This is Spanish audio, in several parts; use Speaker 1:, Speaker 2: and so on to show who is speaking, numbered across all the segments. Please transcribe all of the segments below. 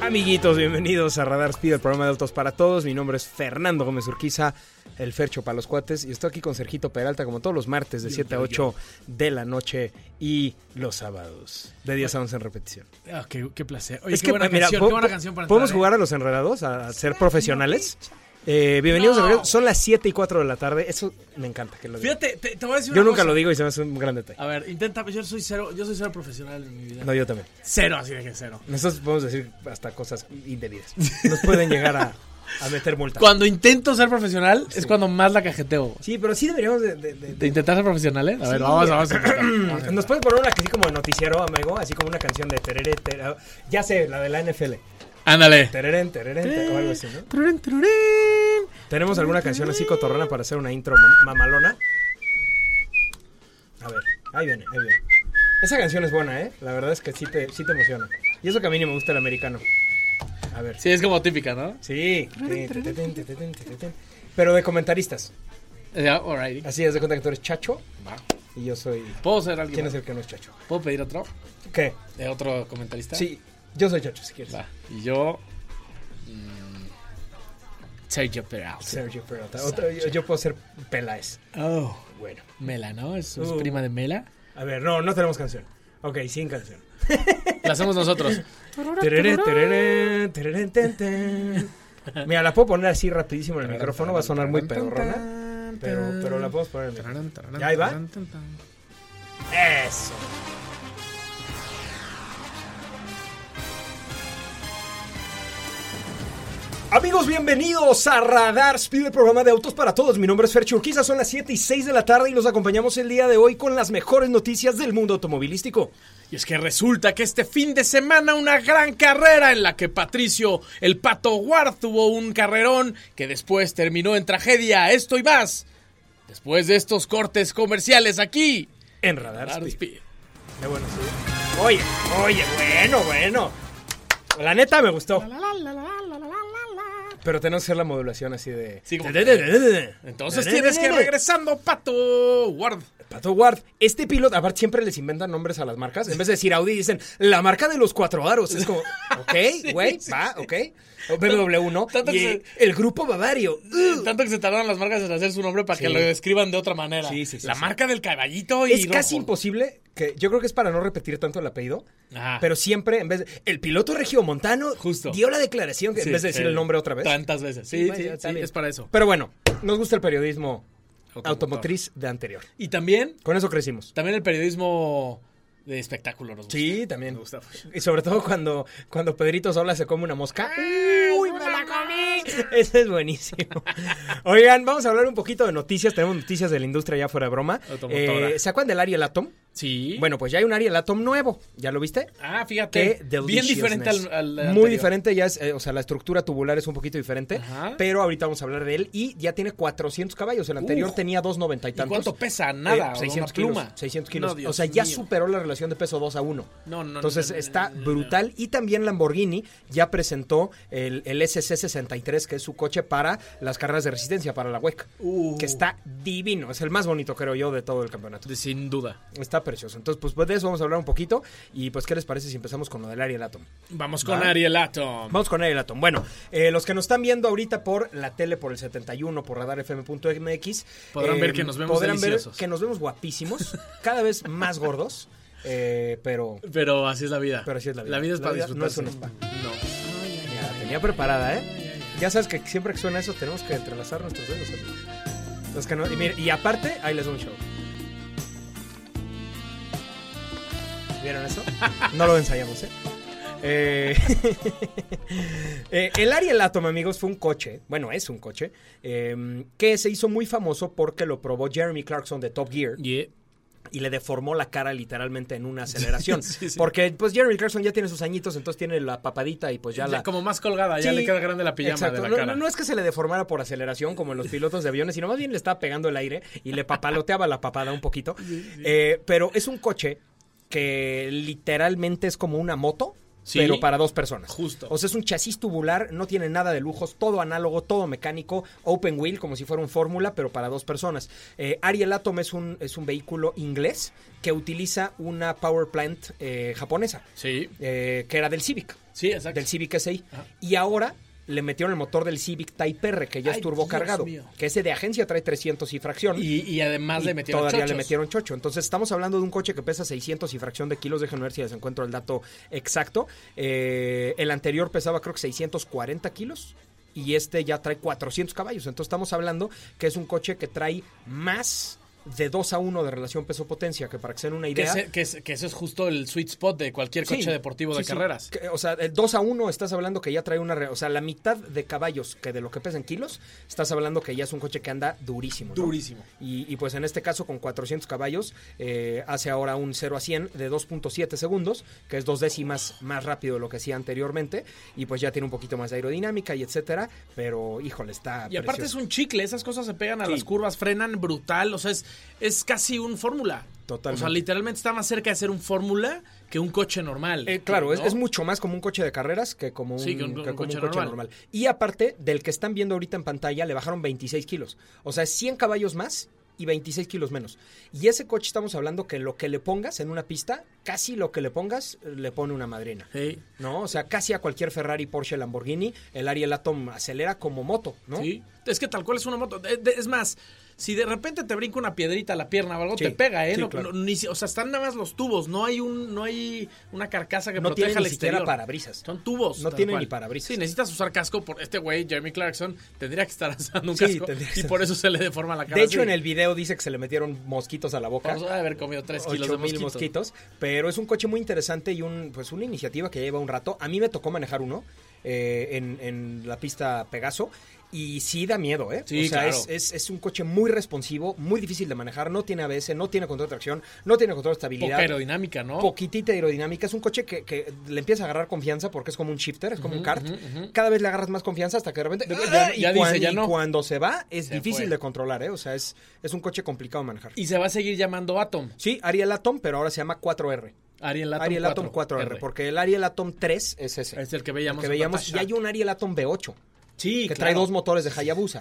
Speaker 1: Amiguitos, bienvenidos a Radar Speed, el programa de autos para todos. Mi nombre es Fernando Gómez Urquiza, el Fercho para los cuates, y estoy aquí con Sergito Peralta como todos los martes de 7 a 8 de la noche y los sábados de 10 a 11 en repetición.
Speaker 2: Ah, qué, qué placer. Oye, qué, buena canción,
Speaker 1: ¿po-
Speaker 2: qué buena
Speaker 1: po-
Speaker 2: canción para
Speaker 1: ¿podemos
Speaker 2: entrar, eh?
Speaker 1: jugar a los enredados, a, a ser profesionales? Eh, bienvenidos, de regreso. son las 7 y 4 de la tarde, eso me encanta que lo
Speaker 2: ¿eh?
Speaker 1: diga.
Speaker 2: Fíjate, te, te voy a decir
Speaker 1: Yo
Speaker 2: una
Speaker 1: nunca
Speaker 2: cosa.
Speaker 1: lo digo y se me hace un gran detalle.
Speaker 2: A ver, intenta, pues, yo soy cero, yo soy cero profesional en mi vida.
Speaker 1: No, yo también.
Speaker 2: Cero, así de que cero.
Speaker 1: Nosotros podemos decir hasta cosas indebidas. Nos pueden llegar a, a meter multa.
Speaker 2: Cuando intento ser profesional es cuando más la cajeteo.
Speaker 1: Sí, pero sí deberíamos de- de- de-
Speaker 2: ¿Te intentas ser profesional, eh? A ver,
Speaker 1: Sí.
Speaker 2: vamos, vamos. a intentar, vamos a
Speaker 1: Nos
Speaker 2: intentar.
Speaker 1: puedes poner una que así como de noticiero, amigo, así como una canción de terere, terere, ya sé, la de la NFL.
Speaker 2: Ándale.
Speaker 1: Tereren, tereren, ter- o algo así, ¿no?
Speaker 2: Tururén, tururén.
Speaker 1: ¿Tenemos alguna canción así cotorrona para hacer una intro mam- mamalona? A ver, ahí viene, ahí viene. Esa canción es buena, ¿eh? La verdad es que sí te, sí te emociona. Y eso que a mí ni me gusta el americano. A ver.
Speaker 2: Sí, es como típica, ¿no?
Speaker 1: Sí. Tin, tin, tin, tin, tin, tin, tin. Pero de comentaristas.
Speaker 2: Ya, alright.
Speaker 1: Así, haz de cuenta que tú eres Chacho y yo soy...
Speaker 2: ¿Puedo ser alguien?
Speaker 1: ¿Quién es
Speaker 2: más?
Speaker 1: el que no es Chacho?
Speaker 2: ¿Puedo pedir otro?
Speaker 1: ¿Qué?
Speaker 2: ¿De otro comentarista?
Speaker 1: Sí, yo soy Chacho, si quieres.
Speaker 2: Va. Y yo. mm, Sergio Peralta.
Speaker 1: Sergio Peralta. Otra- yo, yo puedo ser Peláez.
Speaker 2: Oh.
Speaker 1: Bueno.
Speaker 2: Mela, ¿no? Es, es
Speaker 1: Uh.
Speaker 2: prima de Mela.
Speaker 1: A ver, no, no tenemos canción. Ok, sin canción.
Speaker 2: La hacemos nosotros.
Speaker 1: Tereré, tereré, tereré, ten, ten. Mira, la puedo poner así rapidísimo en el micrófono, va a sonar muy pedorrona. Pero, pero la podemos poner en el micrófono. ¿Ya ahí va? Eso. Amigos, bienvenidos a Radar Speed, el programa de autos para todos. Mi nombre es Fer Churquiza, son las 7 y 6 de la tarde y los acompañamos el día de hoy con las mejores noticias del mundo automovilístico.
Speaker 2: Y es que resulta que este fin de semana una gran carrera en la que Patricio el Pato Ward tuvo un carrerón que después terminó en tragedia. Esto y más. Después de estos cortes comerciales aquí.
Speaker 1: En Radar,
Speaker 2: Radar
Speaker 1: Speed.
Speaker 2: Speed.
Speaker 1: Qué bueno, sí. Oye, oye, bueno, bueno. La neta me gustó. Pero tenemos que hacer la modulación así de.
Speaker 2: Sí, como-
Speaker 1: Entonces
Speaker 2: Entonces tienes que ir regresando, Pato Ward.
Speaker 1: Pato Ward, este piloto, a ver, siempre les inventan nombres a las marcas. En vez de decir Audi, dicen la marca de los cuatro aros. Es como, ok, güey, va, ok. O BMW, ¿no?
Speaker 2: Tanto
Speaker 1: Y
Speaker 2: que
Speaker 1: el, el grupo Bavario. uh.
Speaker 2: Tanto que se tardaron las marcas en hacer su nombre para que
Speaker 1: Sí.
Speaker 2: lo escriban de otra manera.
Speaker 1: Sí, sí, sí,
Speaker 2: la
Speaker 1: sí.
Speaker 2: marca del caballito y
Speaker 1: Es casi
Speaker 2: rojo.
Speaker 1: imposible, que yo creo que es para no repetir tanto el apellido,
Speaker 2: Ajá.
Speaker 1: pero siempre, en vez de, el piloto regiomontano
Speaker 2: Justo.
Speaker 1: dio la declaración, que
Speaker 2: Sí,
Speaker 1: en vez de decir
Speaker 2: sí.
Speaker 1: el nombre otra vez.
Speaker 2: Tantas veces. Sí,
Speaker 1: Bueno,
Speaker 2: sí,
Speaker 1: está
Speaker 2: sí,
Speaker 1: bien.
Speaker 2: es para eso.
Speaker 1: Pero bueno, nos gusta el periodismo
Speaker 2: Automotor.
Speaker 1: automotriz de anterior.
Speaker 2: Y también,
Speaker 1: Con eso crecimos.
Speaker 2: también el periodismo de espectáculo nos gusta.
Speaker 1: Sí, también. Y sobre todo cuando, cuando Pedrito Sola se come una mosca.
Speaker 2: Ah,
Speaker 1: ¡Uy, me la comí! Ese es buenísimo. Oigan, vamos a hablar un poquito de noticias. Tenemos noticias de la industria ya fuera de broma.
Speaker 2: Automotora.
Speaker 1: Eh, ¿Se acuerdan del Ariel Atom?
Speaker 2: Sí.
Speaker 1: Bueno, pues ya hay un Ariel Atom nuevo. ¿Ya lo viste?
Speaker 2: Ah,
Speaker 1: Qué
Speaker 2: fíjate. Bien
Speaker 1: deliciousness.
Speaker 2: diferente al, al
Speaker 1: Muy
Speaker 2: anterior.
Speaker 1: diferente, ya es, eh, o sea, la estructura tubular es un poquito diferente,
Speaker 2: Ajá.
Speaker 1: pero ahorita vamos a hablar de él y ya tiene 400 caballos, el anterior
Speaker 2: Uf.
Speaker 1: tenía 290 y
Speaker 2: ¿Y
Speaker 1: tantos.
Speaker 2: cuánto pesa?
Speaker 1: Eh,
Speaker 2: Nada.
Speaker 1: 600
Speaker 2: 600
Speaker 1: kilos,
Speaker 2: pluma.
Speaker 1: 600
Speaker 2: No,
Speaker 1: kilos. o
Speaker 2: Dios
Speaker 1: sea, ya
Speaker 2: mío.
Speaker 1: superó la relación de peso 2 a 1.
Speaker 2: No, no, no,
Speaker 1: Entonces
Speaker 2: no, no,
Speaker 1: está
Speaker 2: no, no, no.
Speaker 1: brutal. Y también Lamborghini ya presentó el, el SC63, que es su coche para las carreras de resistencia, para la WEC,
Speaker 2: Uh.
Speaker 1: que está divino. Es el más bonito, creo yo, de todo el campeonato.
Speaker 2: De- Sin duda.
Speaker 1: Está precioso. Entonces, pues, pues, de eso vamos a hablar un poquito. Y pues, ¿qué les parece si empezamos con lo del Ariel Atom?
Speaker 2: Vamos con
Speaker 1: Va.
Speaker 2: Ariel Atom.
Speaker 1: Vamos con Ariel Atom. Bueno, eh, los que nos están viendo ahorita por la tele, por el 71, por radarfm.mx,
Speaker 2: Podrán
Speaker 1: eh,
Speaker 2: ver que nos vemos
Speaker 1: podrán ver
Speaker 2: deliciosos.
Speaker 1: que nos vemos guapísimos, cada vez más gordos, eh, pero
Speaker 2: Pero así es la vida.
Speaker 1: Pero así es la vida.
Speaker 2: La vida es
Speaker 1: La
Speaker 2: para
Speaker 1: vida no
Speaker 2: disfrutarse.
Speaker 1: es un spa.
Speaker 2: No.
Speaker 1: ya la tenía preparada, ¿eh? Ya sabes que siempre que suena eso tenemos que entrelazar nuestros dedos. amigos. Los que no- y, mira, y aparte, ahí les doy un show. ¿Vieron eso? No lo ensayamos, ¿eh? Eh, eh, el Ariel Atom, amigos, fue un coche, bueno, es un coche, em, eh, que se hizo muy famoso porque lo probó Jeremy Clarkson de Top Gear
Speaker 2: Yeah.
Speaker 1: y le deformó la cara literalmente en una aceleración.
Speaker 2: Sí, sí.
Speaker 1: Porque pues Jeremy Clarkson ya tiene sus añitos, entonces tiene la papadita y pues ya,
Speaker 2: Ya
Speaker 1: la...
Speaker 2: como más colgada, ya
Speaker 1: Sí,
Speaker 2: le queda grande la pijama
Speaker 1: exacto.
Speaker 2: de la
Speaker 1: no,
Speaker 2: cara.
Speaker 1: no- no es que se le deformara por aceleración como en los pilotos de aviones, sino más bien le estaba pegando el aire y le papaloteaba la papada un poquito. Eh, pero es un coche que literalmente es como una moto.
Speaker 2: Sí.
Speaker 1: Pero para dos personas.
Speaker 2: Justo.
Speaker 1: O sea, es un chasis tubular, no tiene nada de lujos, todo análogo, todo mecánico, open wheel, como si fuera un fórmula, pero para dos personas. Eh, Ariel Atom es un, es un vehículo inglés que utiliza una power plant eh, japonesa,
Speaker 2: Sí,
Speaker 1: eh, que era del Civic
Speaker 2: sí, exacto.
Speaker 1: del Civic SI.
Speaker 2: Ajá.
Speaker 1: Y ahora le metieron el motor del Civic Type R, que ya
Speaker 2: Ay,
Speaker 1: es turbocargado.
Speaker 2: Dios mío.
Speaker 1: Que ese de agencia trae 300 y fracción.
Speaker 2: Y, y además
Speaker 1: y
Speaker 2: le metieron
Speaker 1: todavía le
Speaker 2: chochos.
Speaker 1: metieron chocho. Entonces estamos hablando de un coche que pesa 600 y fracción de kilos. Déjenme ver si les encuentro el dato exacto. Eh, el anterior pesaba creo que 640 kilos. Y este ya trae 400 caballos. Entonces estamos hablando que es un coche que trae más de 2 a 1 de relación peso-potencia. Que para que se den una
Speaker 2: Que,
Speaker 1: idea...
Speaker 2: ese- que ese- que ese es justo el sweet spot de cualquier
Speaker 1: Sí,
Speaker 2: coche deportivo de
Speaker 1: sí, sí.
Speaker 2: carreras.
Speaker 1: Que, o sea, el 2 a 1 estás hablando que ya trae una... re- O sea, la mitad de caballos que de lo que pesa en kilos, estás hablando que ya es un coche que anda durísimo. ¿no?
Speaker 2: Durísimo.
Speaker 1: Y, y, pues en este caso con 400 caballos eh, hace ahora un 0 a 100 de 2.7 segundos, que es dos décimas más rápido de lo que hacía anteriormente. Y pues ya tiene un poquito más de aerodinámica y etcétera. Pero híjole, está...
Speaker 2: Y aparte es
Speaker 1: precioso.
Speaker 2: un chicle, esas cosas se pegan a
Speaker 1: Sí.
Speaker 2: las curvas, frenan brutal, o sea, es, es casi un fórmula.
Speaker 1: Totalmente.
Speaker 2: O sea, literalmente está más cerca de ser un fórmula que un coche normal.
Speaker 1: Eh, claro, es,
Speaker 2: ¿no?
Speaker 1: es mucho más como un coche de carreras que como un,
Speaker 2: Sí, que un-
Speaker 1: que
Speaker 2: un
Speaker 1: como un
Speaker 2: coche
Speaker 1: coche,
Speaker 2: normal.
Speaker 1: normal. Y aparte, del que están viendo ahorita en pantalla, le bajaron 26 kilos. O sea, es 100 caballos más y 26 kilos menos. Y ese coche estamos hablando que lo que le pongas en una pista, casi lo que le pongas, eh, le pone una madrina.
Speaker 2: Sí.
Speaker 1: ¿No? O sea, casi a cualquier Ferrari, Porsche, Lamborghini, el Ariel Atom acelera como moto, ¿no?
Speaker 2: Sí. Es que tal cual es una moto. De- de- es más, si de repente te brinca una piedrita a la pierna o algo,
Speaker 1: Sí,
Speaker 2: te pega, ¿eh?
Speaker 1: sí,
Speaker 2: No-
Speaker 1: claro.
Speaker 2: no- ni si- o sea, están nada más los tubos, no hay un, no hay una carcasa que
Speaker 1: No
Speaker 2: proteja
Speaker 1: tiene
Speaker 2: al
Speaker 1: ni siquiera
Speaker 2: exterior.
Speaker 1: parabrisas.
Speaker 2: Son tubos.
Speaker 1: No
Speaker 2: tal
Speaker 1: tiene
Speaker 2: cual.
Speaker 1: ni parabrisas.
Speaker 2: Sí, necesitas usar casco por este güey, Jeremy Clarkson, tendría que estar usando un
Speaker 1: Sí,
Speaker 2: casco
Speaker 1: tendría que
Speaker 2: y
Speaker 1: estar-
Speaker 2: por eso se le deforma la cara.
Speaker 1: De hecho,
Speaker 2: así.
Speaker 1: en el video dice que se le metieron mosquitos a la boca.
Speaker 2: Vamos a haber comido 3 kilos de
Speaker 1: 8000
Speaker 2: mosquitos.
Speaker 1: mosquitos. Pero es un coche muy interesante y un, pues una iniciativa que lleva un rato. A mí me tocó manejar uno eh, en, en la pista Pegaso. Y sí da miedo, ¿eh?
Speaker 2: Sí,
Speaker 1: o sea,
Speaker 2: claro.
Speaker 1: es, es- es un coche muy responsivo, muy difícil de manejar, no tiene ABS, no tiene control de tracción, no tiene control de
Speaker 2: Poca
Speaker 1: estabilidad.
Speaker 2: aerodinámica, ¿no?
Speaker 1: Poquitita aerodinámica. Es un coche que, que le empieza a agarrar confianza porque es como un shifter, es como un kart. Cada vez le agarras más confianza hasta que de repente.
Speaker 2: Ya-
Speaker 1: ¡ah! y,
Speaker 2: ya dice,
Speaker 1: cuan-
Speaker 2: ya
Speaker 1: y
Speaker 2: no.
Speaker 1: cuando se va, es
Speaker 2: Se
Speaker 1: difícil
Speaker 2: fue.
Speaker 1: de controlar, ¿eh? O sea, es, es un coche complicado de manejar.
Speaker 2: Y se va a seguir llamando Atom.
Speaker 1: Sí, Ariel Atom, pero ahora se llama 4R.
Speaker 2: Ariel Atom,
Speaker 1: Ariel Atom 4R,
Speaker 2: 4R.
Speaker 1: porque el Ariel Atom 3 es ese.
Speaker 2: Es el que veíamos
Speaker 1: que
Speaker 2: en
Speaker 1: veíamos. Y
Speaker 2: pantalla.
Speaker 1: hay un Ariel Atom B8,
Speaker 2: Sí,
Speaker 1: que trae
Speaker 2: claro.
Speaker 1: dos motores de Hayabusa,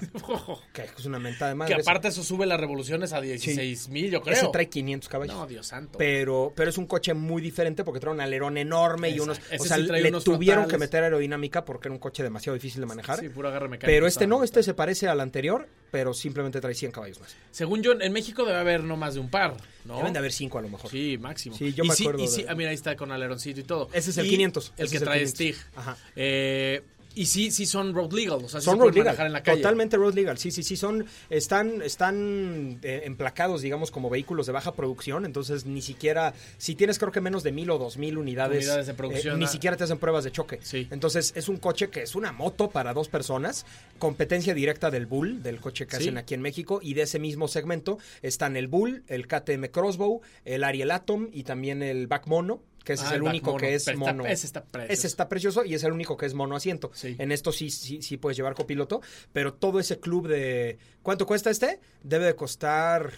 Speaker 1: que es una mentada de
Speaker 2: Que
Speaker 1: madre.
Speaker 2: aparte eso sube las revoluciones a 16 mil, yo creo.
Speaker 1: ese trae 500 caballos.
Speaker 2: No, Dios santo.
Speaker 1: pero, pero es un coche muy diferente porque trae un alerón enorme y
Speaker 2: Exacto.
Speaker 1: unos.
Speaker 2: Ese
Speaker 1: o sea,
Speaker 2: sí trae
Speaker 1: le
Speaker 2: unos
Speaker 1: tuvieron
Speaker 2: frontales.
Speaker 1: que meter aerodinámica porque era un coche demasiado difícil de manejar.
Speaker 2: Sí, puro agarre mecánico.
Speaker 1: pero este
Speaker 2: está.
Speaker 1: no, este se parece al anterior, pero simplemente trae 100 caballos más.
Speaker 2: Según yo, en México debe haber no más de un par, ¿no?
Speaker 1: Deben de haber 5 a lo mejor.
Speaker 2: Sí, máximo.
Speaker 1: Sí, yo
Speaker 2: y
Speaker 1: me
Speaker 2: sí,
Speaker 1: acuerdo
Speaker 2: y
Speaker 1: de-
Speaker 2: sí, ah, mira, ahí está con aleroncito y todo.
Speaker 1: Ese es el
Speaker 2: Y
Speaker 1: 500,
Speaker 2: El
Speaker 1: ese
Speaker 2: que
Speaker 1: es el
Speaker 2: trae
Speaker 1: 500.
Speaker 2: Stig.
Speaker 1: Ajá.
Speaker 2: Eh, y sí, sí son road legal, o sea, sí
Speaker 1: son
Speaker 2: se pueden
Speaker 1: road legal,
Speaker 2: manejar en la calle.
Speaker 1: totalmente road legal, sí, sí, sí, son, están, están eh, emplacados, digamos, como vehículos de baja producción, entonces ni siquiera, si tienes creo que menos de mil o dos mil unidades, eh,
Speaker 2: Unidades de producción,
Speaker 1: ni
Speaker 2: ah.
Speaker 1: siquiera te hacen pruebas de choque.
Speaker 2: Sí.
Speaker 1: Entonces es un coche que es una moto para dos personas, competencia directa del Bull, del coche que
Speaker 2: Sí.
Speaker 1: hacen aquí en México, y de ese mismo segmento están el Bull, el KTM Crossbow, el Ariel Atom y también el Back Mono. Que ese
Speaker 2: Ah,
Speaker 1: es
Speaker 2: el
Speaker 1: el,
Speaker 2: Back
Speaker 1: único
Speaker 2: Mono,
Speaker 1: que es
Speaker 2: pero está-
Speaker 1: mono.
Speaker 2: ese está precioso.
Speaker 1: Ese está precioso y es el único que es mono asiento.
Speaker 2: Sí.
Speaker 1: En esto sí, sí, sí puedes llevar copiloto, pero todo ese club de... ¿Cuánto cuesta este? Debe de costar...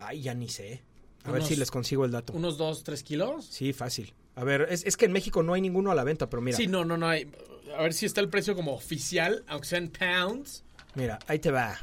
Speaker 1: Ay, ya ni sé. A ver
Speaker 2: Unos-
Speaker 1: si les consigo el dato.
Speaker 2: Unos 2, 3 kilos.
Speaker 1: Sí, fácil. A ver, es, es que en México no hay ninguno a la venta, pero mira,
Speaker 2: Sí, no, no, no hay. A ver si está el precio como oficial, aunque sea en pounds.
Speaker 1: mira, ahí te va.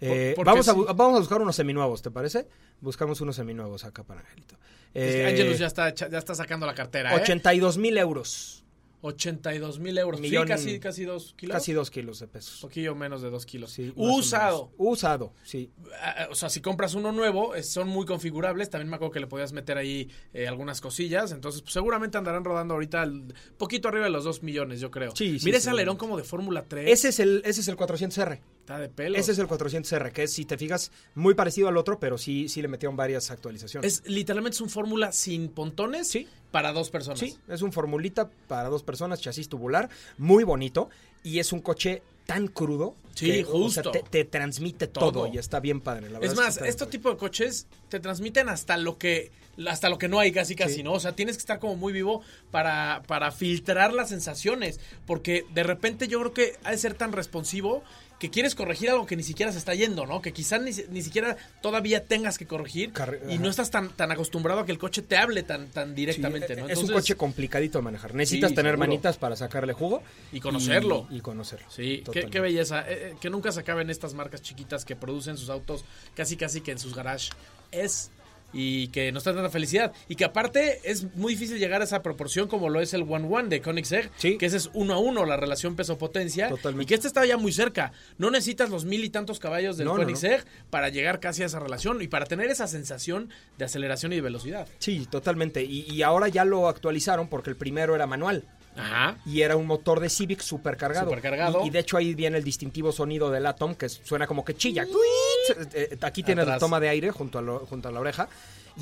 Speaker 1: Eh,
Speaker 2: porque
Speaker 1: vamos, a,
Speaker 2: sí.
Speaker 1: bu- vamos a buscar unos seminuevos, ¿te parece? Buscamos unos seminuevos acá para Angelito.
Speaker 2: Es que
Speaker 1: Eh,
Speaker 2: Angelus ya está, echa- ya está sacando la cartera, ¿eh?
Speaker 1: 82 mil euros,
Speaker 2: 82 mil euros. Sí,
Speaker 1: Millón-
Speaker 2: casi, casi 2 kilos.
Speaker 1: casi 2 kilos de
Speaker 2: Un
Speaker 1: pesos.
Speaker 2: poquillo menos de 2 kilos.
Speaker 1: Sí, más o menos.
Speaker 2: Usado.
Speaker 1: Usado, sí.
Speaker 2: Ah, O sea, si compras uno nuevo, eh, son muy configurables. También me acuerdo que le podías meter ahí eh, algunas cosillas. Entonces, pues, seguramente andarán rodando ahorita al- poquito arriba de los 2 millones, yo creo.
Speaker 1: Sí, sí,
Speaker 2: Mira ese
Speaker 1: seguramente.
Speaker 2: alerón como de Fórmula 3.
Speaker 1: Ese es el, ese es el 400R.
Speaker 2: Está de pelos.
Speaker 1: Ese es el 400R, que es, si te fijas, muy parecido al otro, pero sí, sí le metieron varias actualizaciones.
Speaker 2: Es- literalmente es un Fórmula sin pontones para dos personas.
Speaker 1: sí, es un formulita para dos personas, chasis tubular, muy bonito, y es un coche tan crudo.
Speaker 2: Sí,
Speaker 1: que, o sea,
Speaker 2: justo.
Speaker 1: te, te transmite todo,
Speaker 2: Todo.
Speaker 1: y está bien padre, la verdad.
Speaker 2: Es más,
Speaker 1: que está
Speaker 2: este
Speaker 1: bien
Speaker 2: tipo de coches te transmiten hasta lo que hasta lo que no hay casi casi,
Speaker 1: Sí.
Speaker 2: ¿no? O sea, tienes que estar como muy vivo para, para filtrar las sensaciones, porque de repente yo creo que al ser tan responsivo que quieres corregir algo que ni siquiera se está yendo, ¿no? Que quizás ni, si- ni siquiera todavía tengas que corregir
Speaker 1: Carre-
Speaker 2: y
Speaker 1: ajá.
Speaker 2: no estás tan, tan acostumbrado a que el coche te hable tan, tan
Speaker 1: Sí,
Speaker 2: directamente,
Speaker 1: es- es
Speaker 2: ¿no?
Speaker 1: un
Speaker 2: Entonces-
Speaker 1: coche complicadito de manejar. Necesitas
Speaker 2: Sí,
Speaker 1: tener
Speaker 2: seguro.
Speaker 1: manitas para sacarle jugo.
Speaker 2: Y conocerlo.
Speaker 1: Y, y conocerlo.
Speaker 2: Sí, qué,
Speaker 1: Totalmente.
Speaker 2: qué belleza. Eh, eh, que nunca se acaben estas marcas chiquitas que producen sus autos casi casi que en sus garage. Es y que nos traen tanta felicidad. Y que aparte es muy difícil llegar a esa proporción como lo es el 1-1 de Koenigsegg.
Speaker 1: Sí.
Speaker 2: Que ese es uno a uno la relación peso-potencia.
Speaker 1: Totalmente.
Speaker 2: Y que este está ya muy cerca. No necesitas los mil y tantos caballos del
Speaker 1: No, no, no.
Speaker 2: Koenigsegg para llegar casi a esa relación y para tener esa sensación de aceleración y de velocidad.
Speaker 1: Sí, totalmente. Y, y ahora ya lo actualizaron porque el primero era manual.
Speaker 2: Ajá.
Speaker 1: Y era un motor de Civic supercargado.
Speaker 2: Supercargado.
Speaker 1: Y, y de hecho ahí viene el distintivo sonido del Atom que suena como que chilla. Tuit. Eh, Aquí tiene la
Speaker 2: Atrás.
Speaker 1: toma de aire junto a, lo- junto a la oreja.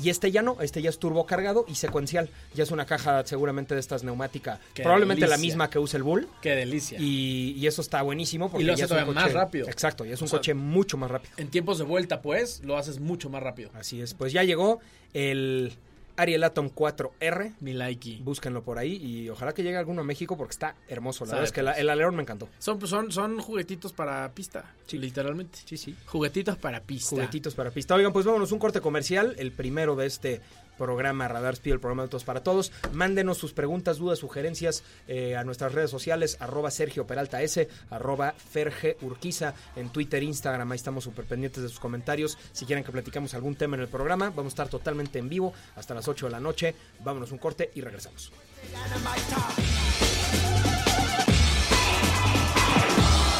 Speaker 1: Y este ya no, este ya es turbocargado y secuencial. Ya es una caja seguramente de estas neumática.
Speaker 2: Qué
Speaker 1: probablemente la
Speaker 2: delicia.
Speaker 1: misma que usa el Bull.
Speaker 2: Qué delicia.
Speaker 1: Y, y eso está buenísimo porque
Speaker 2: Y lo
Speaker 1: ya
Speaker 2: hace
Speaker 1: es un
Speaker 2: todavía
Speaker 1: coche,
Speaker 2: más rápido.
Speaker 1: Exacto, y es un
Speaker 2: O sea,
Speaker 1: coche mucho más rápido.
Speaker 2: En tiempos de vuelta, pues, lo haces mucho más rápido.
Speaker 1: Así es, pues ya llegó el Ariel Atom 4R.
Speaker 2: Mi likey.
Speaker 1: Búsquenlo por ahí y ojalá que llegue alguno a México porque está hermoso. La
Speaker 2: Sabe,
Speaker 1: verdad es que la-
Speaker 2: pues.
Speaker 1: el alerón me encantó.
Speaker 2: Son, pues, son, son juguetitos para pista,
Speaker 1: Sí.
Speaker 2: literalmente.
Speaker 1: Sí, sí.
Speaker 2: Juguetitos para pista.
Speaker 1: Juguetitos para pista. Oigan, pues vámonos un corte comercial, el primero de este programa Radar Speed, el programa de Autos para Todos. Mándenos sus preguntas, dudas, sugerencias eh, a nuestras redes sociales, arroba Sergio Peralta S, arroba Ferge Urquiza, en Twitter, Instagram, ahí estamos súper pendientes de sus comentarios. Si quieren que platicamos algún tema en el programa, vamos a estar totalmente en vivo hasta las 8 de la noche. Vámonos un corte y regresamos.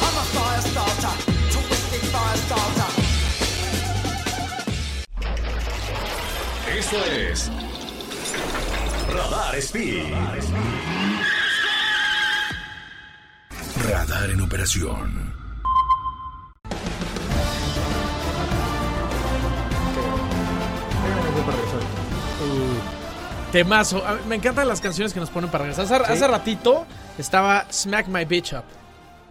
Speaker 3: I'm a fire starter, twisted fire starter.
Speaker 4: Esto es Radar Speed.
Speaker 5: Radar en operación.
Speaker 2: Temazo. A- me encantan las canciones que nos ponen para regresar. Hace, hace ratito estaba Smack My Bitch Up.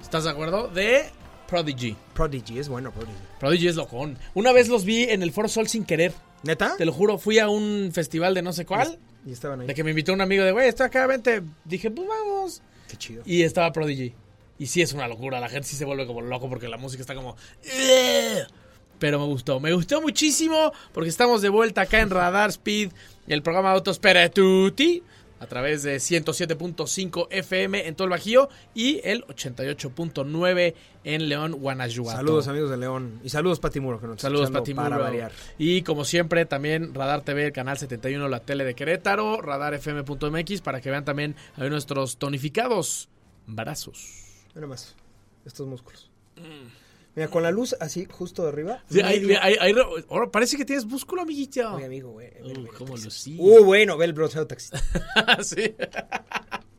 Speaker 2: ¿Estás de acuerdo? De Prodigy.
Speaker 1: Prodigy, es bueno, Prodigy.
Speaker 2: Prodigy es locón. Una vez los vi en el Foro Sol sin querer.
Speaker 1: ¿Neta?
Speaker 2: Te lo juro, fui a un festival de no sé cuál.
Speaker 1: Y estaban ahí.
Speaker 2: De que me invitó un amigo de, güey, estoy acá, vente. Dije, pues vamos.
Speaker 1: Qué chido.
Speaker 2: Y estaba Prodigy. Y sí es una locura, la gente sí se vuelve como loco porque la música está como... "Ugh". Pero me gustó, me gustó muchísimo porque estamos de vuelta acá en Radar Speed, el programa de Autos Peretuti, a través de 107.5 FM en todo el Bajío y el 88.9 en León, Guanajuato.
Speaker 1: Saludos amigos de León y saludos Patimuro que nos está
Speaker 2: Saludos,
Speaker 1: escuchando
Speaker 2: Pati
Speaker 1: para
Speaker 2: Muro.
Speaker 1: variar.
Speaker 2: Y como siempre, también Radar TV, el canal 71, la tele de Querétaro, radarfm.mx, para que vean también a nuestros tonificados brazos.
Speaker 1: Mira más estos músculos. Mira con la luz así justo de arriba.
Speaker 2: Mm. Sí,
Speaker 1: medio-
Speaker 2: hay- hay- hay- ahora parece que tienes músculo, amiguito.
Speaker 1: Oye, amigo, güey. ve el
Speaker 2: Uh,
Speaker 1: bronceado
Speaker 2: cómo
Speaker 1: taxi.
Speaker 2: lucí.
Speaker 1: Uh, bueno, ve el bronceado taxista.
Speaker 2: Sí.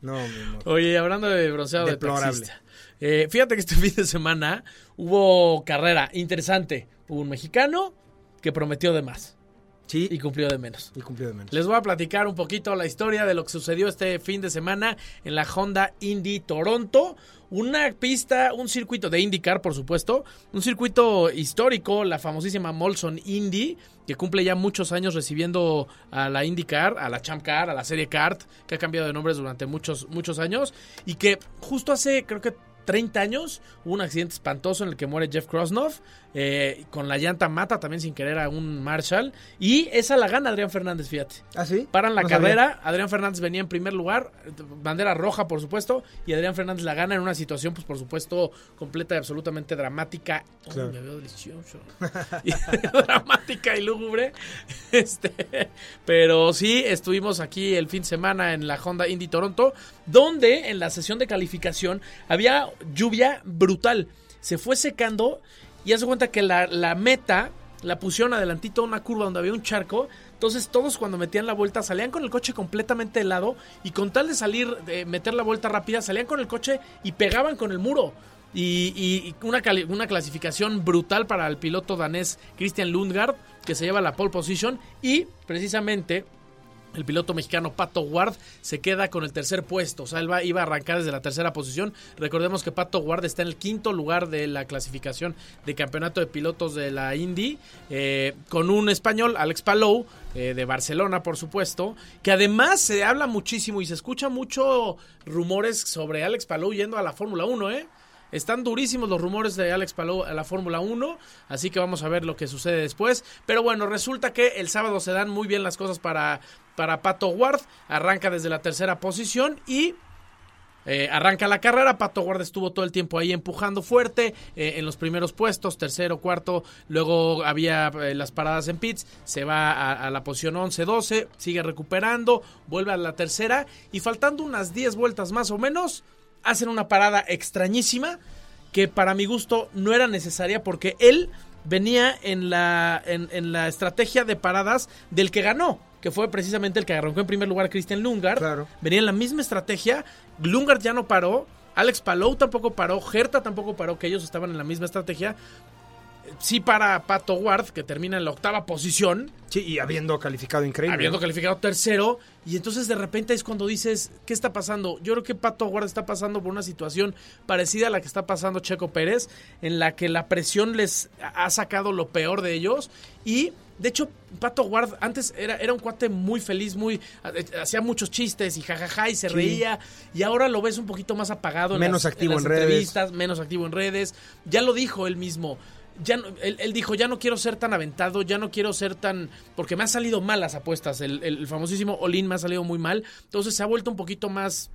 Speaker 1: No, mi amor.
Speaker 2: Oye, y hablando de bronceado de
Speaker 1: Deplorable.
Speaker 2: taxista, eh, fíjate que este fin de semana hubo carrera interesante. Hubo un mexicano que prometió de más
Speaker 1: Sí,
Speaker 2: y cumplió de menos.
Speaker 1: y cumplió de menos.
Speaker 2: Les voy a platicar un poquito la historia de lo que sucedió este fin de semana en la Honda Indy Toronto. Una pista, un circuito de IndyCar, por supuesto. Un circuito histórico, la famosísima Molson Indy, que cumple ya muchos años recibiendo a la IndyCar, a la Champ Car, a la Serie Kart, que ha cambiado de nombres durante muchos, muchos años. Y que justo hace, creo que 30 años, hubo un accidente espantoso en el que muere Jeff Krosnov, eh, con la llanta mata también sin querer a un Marshall, y esa la gana Adrián Fernández, fíjate.
Speaker 1: ¿Ah, sí?
Speaker 2: Paran la
Speaker 1: No sabía.
Speaker 2: carrera, Adrián Fernández venía en primer lugar, eh, bandera roja por supuesto, y Adrián Fernández la gana en una situación pues por supuesto completa y absolutamente dramática. Ay,
Speaker 1: Claro.
Speaker 2: me veo delicioso. Y- dramática y lúgubre. Este, pero sí, estuvimos aquí el fin de semana en la Honda Indy Toronto, donde en la sesión de calificación había lluvia brutal. Se fue secando y hace cuenta que la, la meta la pusieron adelantito a una curva donde había un charco. Entonces todos cuando metían la vuelta salían con el coche completamente helado y con tal de salir, de meter la vuelta rápida, salían con el coche y pegaban con el muro. Y, y- y una, cali- una clasificación brutal para el piloto danés Christian Lundgaard, que se lleva la pole position. Y precisamente El piloto mexicano Pato Ward se queda con el tercer puesto, o sea, él va- iba a arrancar desde la tercera posición. Recordemos que Pato Ward está en el quinto lugar de la clasificación de campeonato de pilotos de la Indy, eh, con un español, Alex Palou, eh, de Barcelona, por supuesto, que además se habla muchísimo y se escucha mucho rumores sobre Alex Palou yendo a la Fórmula 1, ¿eh? Están durísimos los rumores de Alex Palou a la Fórmula 1, así que vamos a ver lo que sucede después. Pero bueno, resulta que el sábado se dan muy bien las cosas para, para Pato Ward. Arranca desde la tercera posición y eh, arranca la carrera, Pato Guarda estuvo todo el tiempo ahí empujando fuerte eh, en los primeros puestos, tercero, cuarto, luego había eh, las paradas en pits, se va a, a la posición 11-12, sigue recuperando, vuelve a la tercera y faltando unas 10 vueltas más o menos, hacen una parada extrañísima que para mi gusto no era necesaria porque él venía en la, en, en la estrategia de paradas del que ganó, que fue precisamente el que arrancó en primer lugar Christian Lungard.
Speaker 1: Claro.
Speaker 2: Venía en la misma estrategia. Lungard ya no paró. Alex Palou tampoco paró. Gerta tampoco paró, que ellos estaban en la misma estrategia. Sí para Pato Ward, que termina en la octava posición,
Speaker 1: Sí, y habiendo calificado increíble.
Speaker 2: habiendo calificado tercero. Y entonces de repente es cuando dices, ¿qué está pasando? Yo creo que Pato Ward está pasando por una situación parecida a la que está pasando Checo Pérez, en la que la presión les ha sacado lo peor de ellos. Y de hecho, Pato Ward antes era, era un cuate muy feliz, muy eh, hacía muchos chistes y jajaja y se
Speaker 1: Sí.
Speaker 2: reía. Y ahora lo ves un poquito más apagado. en
Speaker 1: Menos
Speaker 2: las-
Speaker 1: activo
Speaker 2: las
Speaker 1: en redes.
Speaker 2: entrevistas, Menos activo en redes. Ya lo dijo él mismo. Ya no- él, él dijo, ya no quiero ser tan aventado, ya no quiero ser tan... Porque me han salido mal las apuestas. El, el famosísimo Olin me ha salido muy mal. Entonces se ha vuelto un poquito más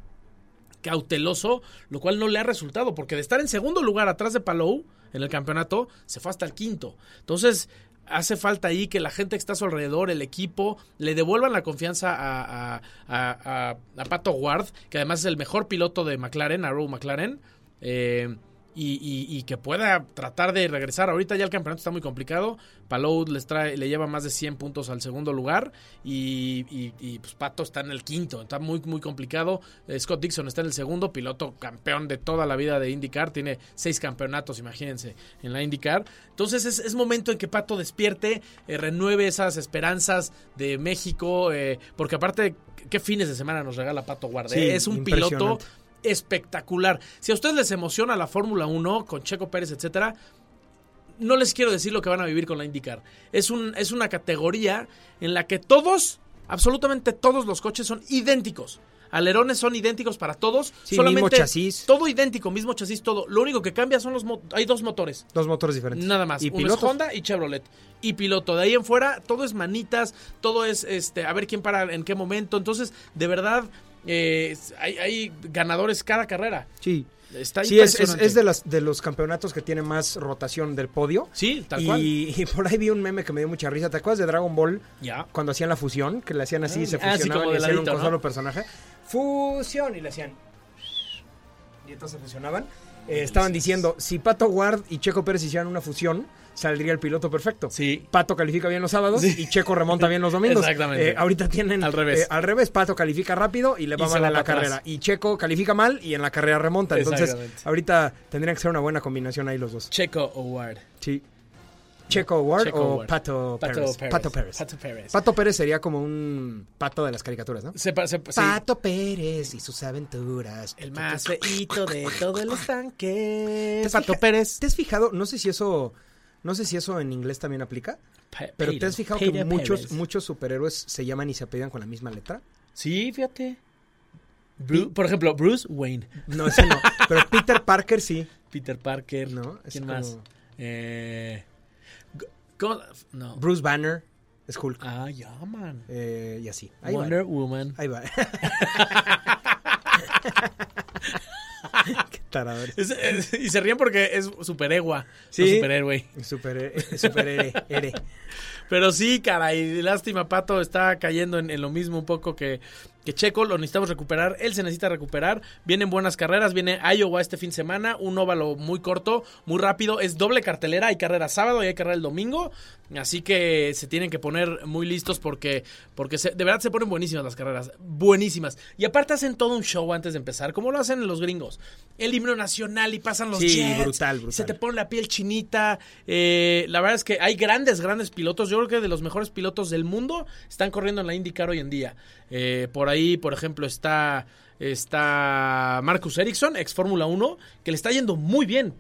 Speaker 2: cauteloso, lo cual no le ha resultado, porque de estar en segundo lugar atrás de Palou en el campeonato, se fue hasta el quinto. Entonces, hace falta ahí que la gente que está a su alrededor, el equipo, le devuelvan la confianza a, a- a- a- a Pato Ward, que además es el mejor piloto de McLaren, Arrow McLaren. eh, y, y- y que pueda tratar de regresar. Ahorita ya el campeonato está muy complicado. Palou les trae, le lleva más de 100 puntos al segundo lugar. Y, y- y, pues Pato está en el quinto. Está muy, muy complicado. Eh, Scott Dixon está en el segundo. Piloto campeón de toda la vida de IndyCar. Tiene seis campeonatos, imagínense, en la IndyCar. Entonces es, es momento en que Pato despierte, eh, renueve esas esperanzas de México. eh, porque aparte, ¿qué fines de semana nos regala Pato Guarde?
Speaker 1: Sí,
Speaker 2: es un piloto
Speaker 1: impresionante.
Speaker 2: espectacular. Si a ustedes les emociona la Fórmula 1 con Checo Pérez, etcétera, no les quiero decir lo que van a vivir con la IndyCar. Es, un, es una categoría en la que todos, absolutamente todos los coches son idénticos. Alerones son idénticos para todos.
Speaker 1: Sí,
Speaker 2: solamente
Speaker 1: mismo chasis.
Speaker 2: Todo idéntico, mismo chasis, todo. Lo único que cambia son los... mo- Hay dos motores.
Speaker 1: Dos motores diferentes.
Speaker 2: Nada más.
Speaker 1: Y
Speaker 2: Uno es
Speaker 1: pilotos.
Speaker 2: Honda y Chevrolet. Y piloto. De ahí en fuera, todo es manitas, todo es este, a ver quién para en qué momento. Entonces, de verdad, eh, hay, hay ganadores cada carrera.
Speaker 1: Sí.
Speaker 2: Está
Speaker 1: Sí, es, es-
Speaker 2: impresionante.
Speaker 1: es de, las, de los campeonatos que tiene más rotación del podio.
Speaker 2: Sí, tal
Speaker 1: y,
Speaker 2: cual.
Speaker 1: y por ahí vi un meme que me dio mucha risa. ¿Te acuerdas de Dragon Ball?
Speaker 2: Ya.
Speaker 1: Cuando hacían la fusión, que le hacían así,
Speaker 2: Ah,
Speaker 1: se
Speaker 2: sí, como
Speaker 1: fusionaban y
Speaker 2: de
Speaker 1: hacían un
Speaker 2: ladito, ¿no?
Speaker 1: solo personaje. Fusión, y le hacían... Y entonces se fusionaban. Eh, estaban diciendo, si Pato Ward y Checo Pérez hicieran una fusión, saldría el piloto perfecto.
Speaker 2: Sí.
Speaker 1: Pato califica bien los sábados y Checo remonta bien los domingos.
Speaker 2: Exactamente.
Speaker 1: Eh, ahorita tienen
Speaker 2: Al revés.
Speaker 1: eh, al revés, Pato califica rápido y le
Speaker 2: Y
Speaker 1: va
Speaker 2: se
Speaker 1: mal
Speaker 2: va
Speaker 1: en la
Speaker 2: para atrás.
Speaker 1: carrera. Y Checo califica mal y en la carrera remonta. Entonces,
Speaker 2: Exactamente.
Speaker 1: ahorita tendrían que ser una buena combinación ahí los dos.
Speaker 2: Checo Award.
Speaker 1: Sí. Checo Ward
Speaker 2: Checo
Speaker 1: o
Speaker 2: Ward.
Speaker 1: Pato, Pérez. Pato Pérez.
Speaker 2: Pato Pérez.
Speaker 1: Pato Pérez sería como un pato de las caricaturas, ¿no?
Speaker 2: Se pa- se- sí.
Speaker 1: Pato Pérez y sus aventuras.
Speaker 2: El más feíto de todo el estanque.
Speaker 1: ¿Te has fija- ¿Te has fijado? No sé si eso, no sé si eso en inglés también aplica,
Speaker 2: Pa-
Speaker 1: pero ¿te
Speaker 2: Peter,
Speaker 1: has fijado que
Speaker 2: Peter
Speaker 1: muchos,
Speaker 2: Pérez.
Speaker 1: muchos superhéroes se llaman y se apellidan con la misma letra?
Speaker 2: Sí, fíjate. Bru- por ejemplo, Bruce Wayne.
Speaker 1: No, ese no. Pero Peter Parker sí.
Speaker 2: Peter Parker.
Speaker 1: No, es
Speaker 2: ¿Quién
Speaker 1: como-
Speaker 2: más? Eh, go- go- no.
Speaker 1: Bruce Banner es Hulk.
Speaker 2: Ah, ya, man.
Speaker 1: Eh, y así. Ahí va.
Speaker 2: Wonder Woman.
Speaker 1: Ahí va. Qué tarado eres.
Speaker 2: Es- es- y se ríen porque es superegua.
Speaker 1: Sí.
Speaker 2: Sí. superhéroe.
Speaker 1: Super, super ere, ere.
Speaker 2: Pero sí, caray, lástima, Pato está cayendo en, en lo mismo un poco que, que Checo lo necesitamos recuperar, él se necesita recuperar, vienen buenas carreras, viene Iowa este fin de semana, un óvalo muy corto, muy rápido, es doble cartelera, hay carrera sábado y hay carrera el domingo, así que se tienen que poner muy listos porque, porque se- de verdad se ponen buenísimas las carreras, buenísimas. Y aparte hacen todo un show antes de empezar, como lo hacen los gringos, el himno nacional y pasan los
Speaker 1: Sí,
Speaker 2: jets,
Speaker 1: brutal, brutal.
Speaker 2: se te pone la piel chinita. eh, la verdad es que hay grandes, grandes pilotos. Yo creo que de los mejores pilotos del mundo están corriendo en la IndyCar hoy en día. Eh, por ahí, por ejemplo, está, está Marcus Ericsson, ex Fórmula 1, que le está yendo muy bien.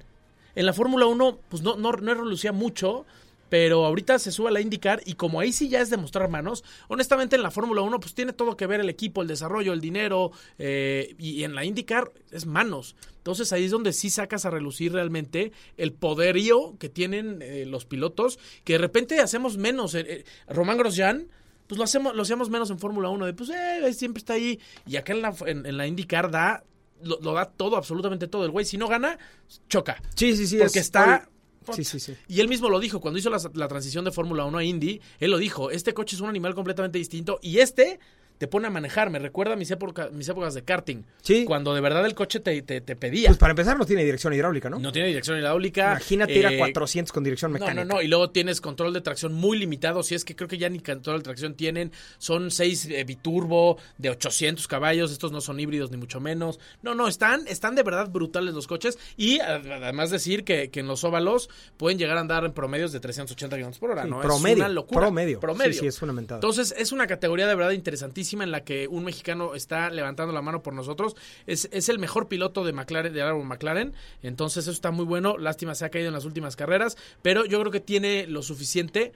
Speaker 2: En la Fórmula 1, pues no, no, no relucía mucho. Pero ahorita se sube a la IndyCar y como ahí sí ya es demostrar manos, honestamente en la Fórmula 1 pues tiene todo que ver el equipo, el desarrollo, el dinero eh, y, y en la IndyCar es manos. Entonces ahí es donde sí sacas a relucir realmente el poderío que tienen eh, los pilotos, que de repente hacemos menos. eh, eh, Román Grosjean, pues lo hacemos, lo hacíamos menos en Fórmula 1, de pues eh, siempre está ahí. Y acá en la, en, en la IndyCar da, lo, lo da todo, absolutamente todo. El güey si no gana, choca.
Speaker 1: Sí, sí, sí.
Speaker 2: Porque
Speaker 1: es-
Speaker 2: está...
Speaker 1: Sí, sí, sí.
Speaker 2: Y él mismo lo dijo, cuando hizo la, la transición de Fórmula 1 a Indy, él lo dijo, este coche es un animal completamente distinto y este te pone a manejar, me recuerda a mis, época- mis épocas de karting,
Speaker 1: Sí.
Speaker 2: cuando de verdad el coche te, te- te pedía.
Speaker 1: Pues para empezar no tiene dirección hidráulica, ¿no?
Speaker 2: No tiene dirección hidráulica.
Speaker 1: Imagínate ir a
Speaker 2: eh,
Speaker 1: 400 con dirección
Speaker 2: No,
Speaker 1: mecánica.
Speaker 2: no, no. Y luego tienes control de tracción muy limitado. Si es que creo que ya ni control de tracción tienen. Son 6 biturbo de 800 caballos. Estos no son híbridos ni mucho menos. No, no. Están, están de verdad brutales los coches. Y a- además decir que, que en los óvalos pueden llegar a andar en promedios de 380 kilómetros por hora.
Speaker 1: Sí,
Speaker 2: ¿no? es
Speaker 1: promedio,
Speaker 2: una locura.
Speaker 1: promedio. Sí, sí, es una mentada.
Speaker 2: Entonces es una categoría de verdad interesantísima en la que un mexicano está levantando la mano por nosotros. Es, es el mejor piloto de McLaren, de Álvaro McLaren. Entonces eso está muy bueno. Lástima se ha caído en las últimas carreras, pero yo creo que tiene lo suficiente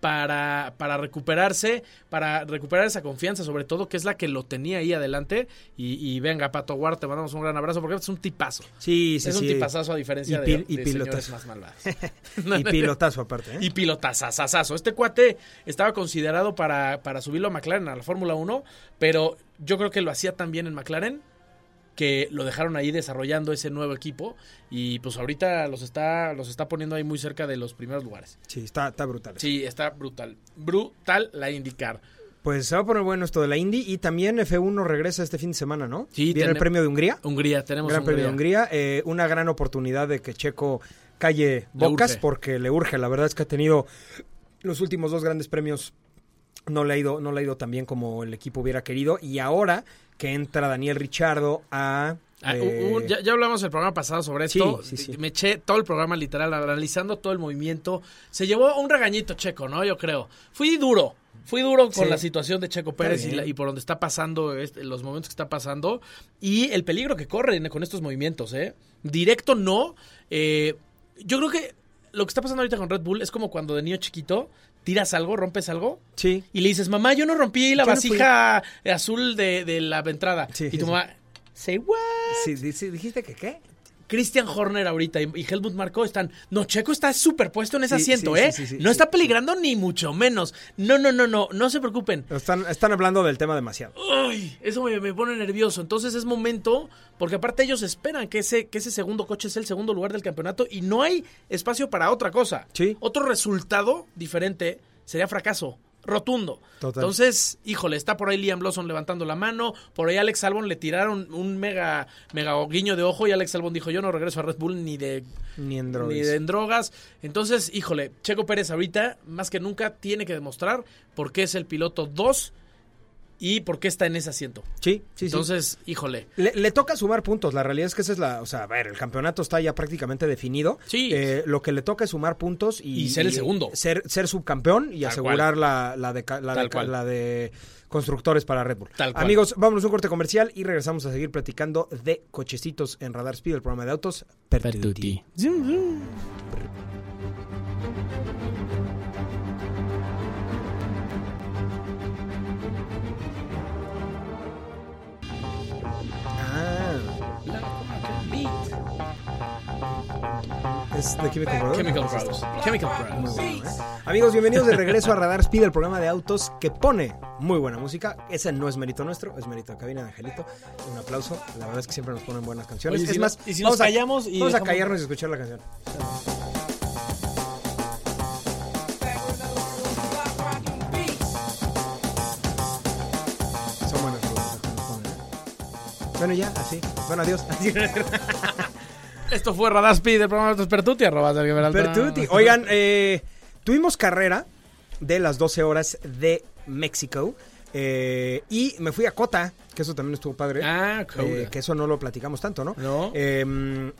Speaker 2: para, para recuperarse, para recuperar esa confianza, sobre todo que es la que lo tenía ahí adelante. Y, y venga, Pato Guar, te mandamos un gran abrazo porque es un tipazo.
Speaker 1: Sí, sí,
Speaker 2: es
Speaker 1: sí.
Speaker 2: un tipazazo a diferencia
Speaker 1: Y
Speaker 2: de,
Speaker 1: pil- y
Speaker 2: de señores
Speaker 1: pilotazo.
Speaker 2: más malvados.
Speaker 1: Y pilotazo aparte, ¿eh?
Speaker 2: Y pilotazazazazo. Este cuate estaba considerado para, para subirlo a McLaren, a la Fórmula 1, pero yo creo que lo hacía tan bien en McLaren que lo dejaron ahí desarrollando ese nuevo equipo y pues ahorita los está, los está poniendo ahí muy cerca de los primeros lugares.
Speaker 1: Sí, está, está brutal.
Speaker 2: Sí, está brutal. Brutal la indicar.
Speaker 1: Pues se va a poner bueno esto de la Indy y también F1 regresa este fin de semana, ¿no?
Speaker 2: Sí,
Speaker 1: Viene el
Speaker 2: tenem-
Speaker 1: premio de Hungría.
Speaker 2: Hungría, tenemos
Speaker 1: Gran premio de Hungría. eh, una gran oportunidad de que Checo calle
Speaker 2: Le
Speaker 1: bocas
Speaker 2: urge.
Speaker 1: porque le urge. La verdad es que ha tenido los últimos dos grandes premios. No le, ha ido, no le ha ido tan bien como el equipo hubiera querido. Y ahora que entra Daniel Richardo a...
Speaker 2: Ah,
Speaker 1: eh,
Speaker 2: u- u- ya, ya hablamos el programa pasado sobre esto.
Speaker 1: Sí, sí, sí.
Speaker 2: Me eché todo el programa literal, analizando todo el movimiento. Se llevó un regañito Checo, ¿no? Yo creo. Fui duro. Fui duro con
Speaker 1: Sí.
Speaker 2: la situación de Checo Pérez y,
Speaker 1: bien.
Speaker 2: la- y por donde está pasando, este- los momentos que está pasando y el peligro que corre con estos movimientos, ¿eh? Directo no. eh, yo creo que lo que está pasando ahorita con Red Bull es como cuando de niño chiquito tiras algo, rompes algo
Speaker 1: Sí.
Speaker 2: y le dices, mamá, yo no rompí la
Speaker 1: Yo no fui".
Speaker 2: vasija azul de, de la entrada.
Speaker 1: Sí,
Speaker 2: y tu
Speaker 1: sí, sí.
Speaker 2: mamá, say what?
Speaker 1: Sí, di- sí, dijiste que qué.
Speaker 2: Christian Horner ahorita y, y Helmut Marko están. No, Checo está superpuesto en ese
Speaker 1: Sí,
Speaker 2: asiento,
Speaker 1: sí,
Speaker 2: ¿eh?
Speaker 1: sí, sí, sí,
Speaker 2: no
Speaker 1: sí,
Speaker 2: está peligrando ni mucho menos. No, no, no, no, no se preocupen.
Speaker 1: Están, están hablando del tema demasiado.
Speaker 2: Ay, eso me, me pone nervioso. Entonces es momento, porque aparte ellos esperan que ese, que ese segundo coche es el segundo lugar del campeonato y no hay espacio para otra cosa.
Speaker 1: Sí.
Speaker 2: Otro resultado diferente sería fracaso. Rotundo.
Speaker 1: Total.
Speaker 2: Entonces, híjole, está por ahí Liam Lawson levantando la mano, por ahí Alex Albon le tiraron un mega, mega guiño de ojo y Alex Albon dijo, yo no regreso a Red Bull ni de
Speaker 1: Ni en drogas.
Speaker 2: ni de- en drogas. Entonces, híjole, Checo Pérez ahorita, más que nunca, tiene que demostrar por qué es el piloto 2 y por qué está en ese asiento.
Speaker 1: Sí, sí, sí.
Speaker 2: Entonces, híjole.
Speaker 1: Le, le toca sumar puntos. La realidad es que esa es la. O sea, a ver, el campeonato está ya prácticamente definido.
Speaker 2: Sí.
Speaker 1: Eh, lo que le toca es sumar puntos y.
Speaker 2: Y ser el segundo.
Speaker 1: Ser, ser subcampeón y
Speaker 2: Tal
Speaker 1: asegurar la, la de, ca- la,
Speaker 2: Tal
Speaker 1: de, ca-
Speaker 2: cual.
Speaker 1: la de constructores para Red Bull.
Speaker 2: Tal cual.
Speaker 1: Amigos, vámonos a un corte comercial y regresamos a seguir platicando de cochecitos en Radar Speed, el programa de autos. Pertuti. Ah, es de Químico Brothers.
Speaker 2: Chemical Brothers. Chemical Brothers.
Speaker 1: Muy bueno, ¿eh? Amigos, bienvenidos de regreso a Radar Speed, el programa de autos que pone muy buena música. Ese no es mérito nuestro, es mérito de cabina de Angelito. Un aplauso. La verdad es que siempre nos ponen buenas canciones.
Speaker 2: Oye, y
Speaker 1: es
Speaker 2: si
Speaker 1: más,
Speaker 2: no- y si
Speaker 1: vamos
Speaker 2: nos
Speaker 1: a-
Speaker 2: callamos y
Speaker 1: vamos a
Speaker 2: dejamos-
Speaker 1: callarnos y escuchar la canción. Son buenas. Bueno, ya, así. Bueno, adiós.
Speaker 2: Esto fue Radar Speed, el programa de Autos Pertuti, arroba Sergio Peralta.
Speaker 1: Pertuti. Oigan, eh, tuvimos carrera de las 12 horas de México. eh, y me fui a Cota, que eso también estuvo padre.
Speaker 2: Ah, cool.
Speaker 1: eh, que eso no lo platicamos tanto, ¿no?
Speaker 2: No.
Speaker 1: Eh,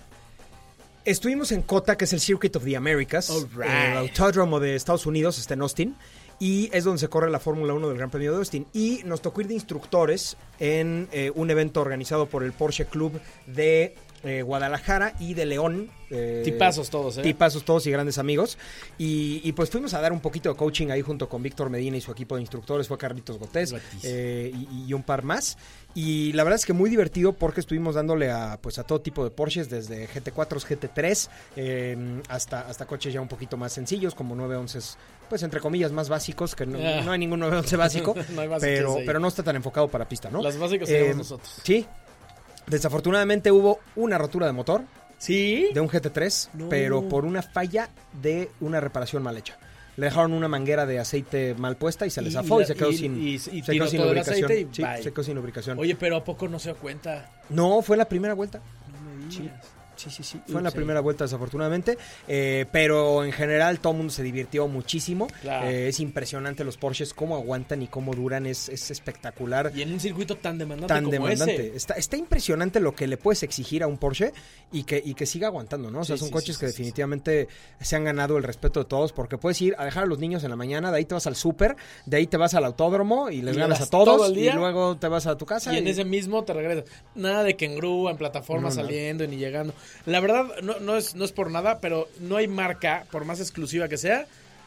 Speaker 1: estuvimos en Cota, que es el Circuit of the Americas,
Speaker 2: All right.
Speaker 1: el autódromo de Estados Unidos, está en Austin, y es donde se corre la Fórmula 1 del Gran Premio de Austin. Y nos tocó ir de instructores en eh, un evento organizado por el Porsche Club de eh, Guadalajara y de León. eh,
Speaker 2: Tipazos todos, ¿eh?
Speaker 1: Tipazos todos y grandes amigos. Y, y, pues fuimos a dar un poquito de coaching ahí junto con Víctor Medina y su equipo de instructores, fue Carlitos Gotés
Speaker 2: Gatísimo.
Speaker 1: eh, y, y un par más. Y la verdad es que muy divertido porque estuvimos dándole a pues a todo tipo de Porsches, desde GT4, GT3, eh, hasta, hasta coches ya un poquito más sencillos, como 911, pues entre comillas más básicos, que no,
Speaker 2: Ah.
Speaker 1: no hay ningún 911 básico,
Speaker 2: No hay básicos
Speaker 1: pero,
Speaker 2: ahí.
Speaker 1: pero no está tan enfocado para pista, ¿no?
Speaker 2: Las básicas
Speaker 1: Eh,
Speaker 2: tenemos nosotros.
Speaker 1: Sí. Desafortunadamente hubo una rotura de motor,
Speaker 2: ¿Sí?
Speaker 1: de un GT3,
Speaker 2: No.
Speaker 1: pero por una falla de una reparación mal hecha. Le dejaron una manguera de aceite mal puesta y se le
Speaker 2: Y-
Speaker 1: zafó y,
Speaker 2: y-
Speaker 1: se quedó
Speaker 2: y-
Speaker 1: sin,
Speaker 2: y- y
Speaker 1: se
Speaker 2: tiró
Speaker 1: quedó sin
Speaker 2: todo el
Speaker 1: lubricación.
Speaker 2: aceite y
Speaker 1: Sí,
Speaker 2: bye.
Speaker 1: se quedó sin lubricación.
Speaker 2: Oye, pero ¿a poco no se dio cuenta?
Speaker 1: No, fue la primera vuelta.
Speaker 2: No me digas.
Speaker 1: Sí, sí, sí. Fue en la
Speaker 2: Ups,
Speaker 1: primera vuelta, desafortunadamente. eh, pero en general, todo el mundo se divirtió muchísimo.
Speaker 2: Claro.
Speaker 1: Eh, es impresionante los Porsches, cómo aguantan y cómo duran. Es, es espectacular.
Speaker 2: Y en un circuito tan demandante
Speaker 1: Tan
Speaker 2: como
Speaker 1: demandante.
Speaker 2: ese.
Speaker 1: Está, está impresionante lo que le puedes exigir a un Porsche y que, y que siga aguantando, ¿no? O sea,
Speaker 2: Sí,
Speaker 1: son
Speaker 2: sí,
Speaker 1: coches
Speaker 2: sí,
Speaker 1: que
Speaker 2: sí, sí.
Speaker 1: definitivamente se han ganado el respeto de todos porque puedes ir a dejar a los niños en la mañana, de ahí te vas al súper, de ahí te vas al autódromo y les
Speaker 2: Y
Speaker 1: ganas
Speaker 2: vas
Speaker 1: a todos
Speaker 2: todo el día.
Speaker 1: y luego te vas a tu casa.
Speaker 2: Y en
Speaker 1: y-
Speaker 2: ese mismo te regresas. Nada de que en grúa, en plataforma
Speaker 1: No, nada.
Speaker 2: saliendo ni llegando. La verdad, no, no, es, no es por nada, pero no hay marca, por más exclusiva que sea,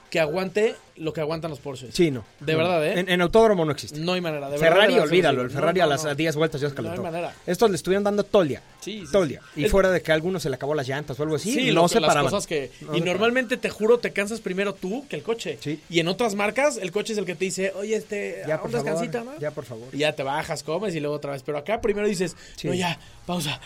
Speaker 2: que aguante lo que aguantan los Porsches.
Speaker 1: Sí, no.
Speaker 2: De
Speaker 1: No.
Speaker 2: verdad, ¿eh?
Speaker 1: En, en autódromo no existe.
Speaker 2: No hay manera. De
Speaker 1: Ferrari,
Speaker 2: verdad, de verdad,
Speaker 1: olvídalo.
Speaker 2: se
Speaker 1: El
Speaker 2: los digo.
Speaker 1: Ferrari
Speaker 2: No,
Speaker 1: a
Speaker 2: no,
Speaker 1: las
Speaker 2: no.
Speaker 1: a 10 vueltas ya se
Speaker 2: No hay
Speaker 1: calentó.
Speaker 2: manera.
Speaker 1: Estos le estuvieron dando tolia.
Speaker 2: Sí, sí,
Speaker 1: Tolia.
Speaker 2: sí.
Speaker 1: Y
Speaker 2: Es-
Speaker 1: fuera de que a alguno se le acabó las llantas o algo así,
Speaker 2: Sí,
Speaker 1: no
Speaker 2: lo que-
Speaker 1: se
Speaker 2: las
Speaker 1: paraban.
Speaker 2: cosas que...
Speaker 1: No
Speaker 2: y
Speaker 1: se
Speaker 2: normalmente, te juro, te cansas primero tú que el coche.
Speaker 1: Sí.
Speaker 2: Y en otras marcas, el coche es el que te dice, oye, este,
Speaker 1: Ya,
Speaker 2: a un
Speaker 1: por favor.
Speaker 2: descansito, ¿no?
Speaker 1: Ya, por favor.
Speaker 2: Y ya te bajas, comes y luego otra vez. Pero acá primero dices,
Speaker 1: Sí.
Speaker 2: no, ya, pausa.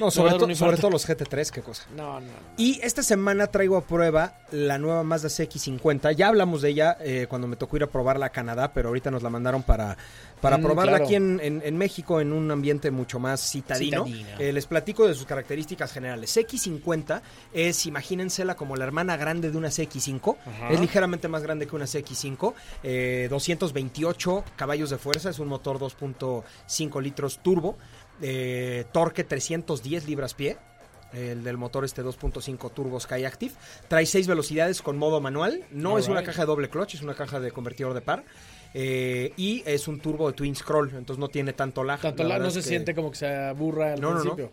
Speaker 1: No,
Speaker 2: Me
Speaker 1: sobre,
Speaker 2: va a dar
Speaker 1: to-
Speaker 2: un
Speaker 1: sobre
Speaker 2: infarto.
Speaker 1: todo los GT3, qué cosa.
Speaker 2: No, no, no.
Speaker 1: Y esta semana traigo a prueba la nueva Mazda CX50. Ya hablamos de ella eh, cuando me tocó ir a probarla a Canadá, pero ahorita nos la mandaron para, para
Speaker 2: Mm,
Speaker 1: probarla
Speaker 2: claro.
Speaker 1: aquí en, en- en México en un ambiente mucho más citadino.
Speaker 2: Citadino.
Speaker 1: Eh, les platico de sus características generales. CX50 es, imagínensela como la hermana grande de una CX5.
Speaker 2: Ajá.
Speaker 1: Es ligeramente más grande que una CX5. eh, 228 caballos de fuerza, es un motor 2.5 litros turbo. eh, torque 310 libras-pie. El del motor este 2.5 Turbo Sky Active. Trae 6 velocidades con modo manual. No es una
Speaker 2: Alright.
Speaker 1: caja de doble clutch, es una caja de convertidor de par. Eh, y es un turbo de twin scroll, entonces no tiene tanto lag.
Speaker 2: Tanto
Speaker 1: La
Speaker 2: la-
Speaker 1: verdad
Speaker 2: no
Speaker 1: es
Speaker 2: se
Speaker 1: que
Speaker 2: siente como que se aburra al
Speaker 1: No, no, no.
Speaker 2: principio.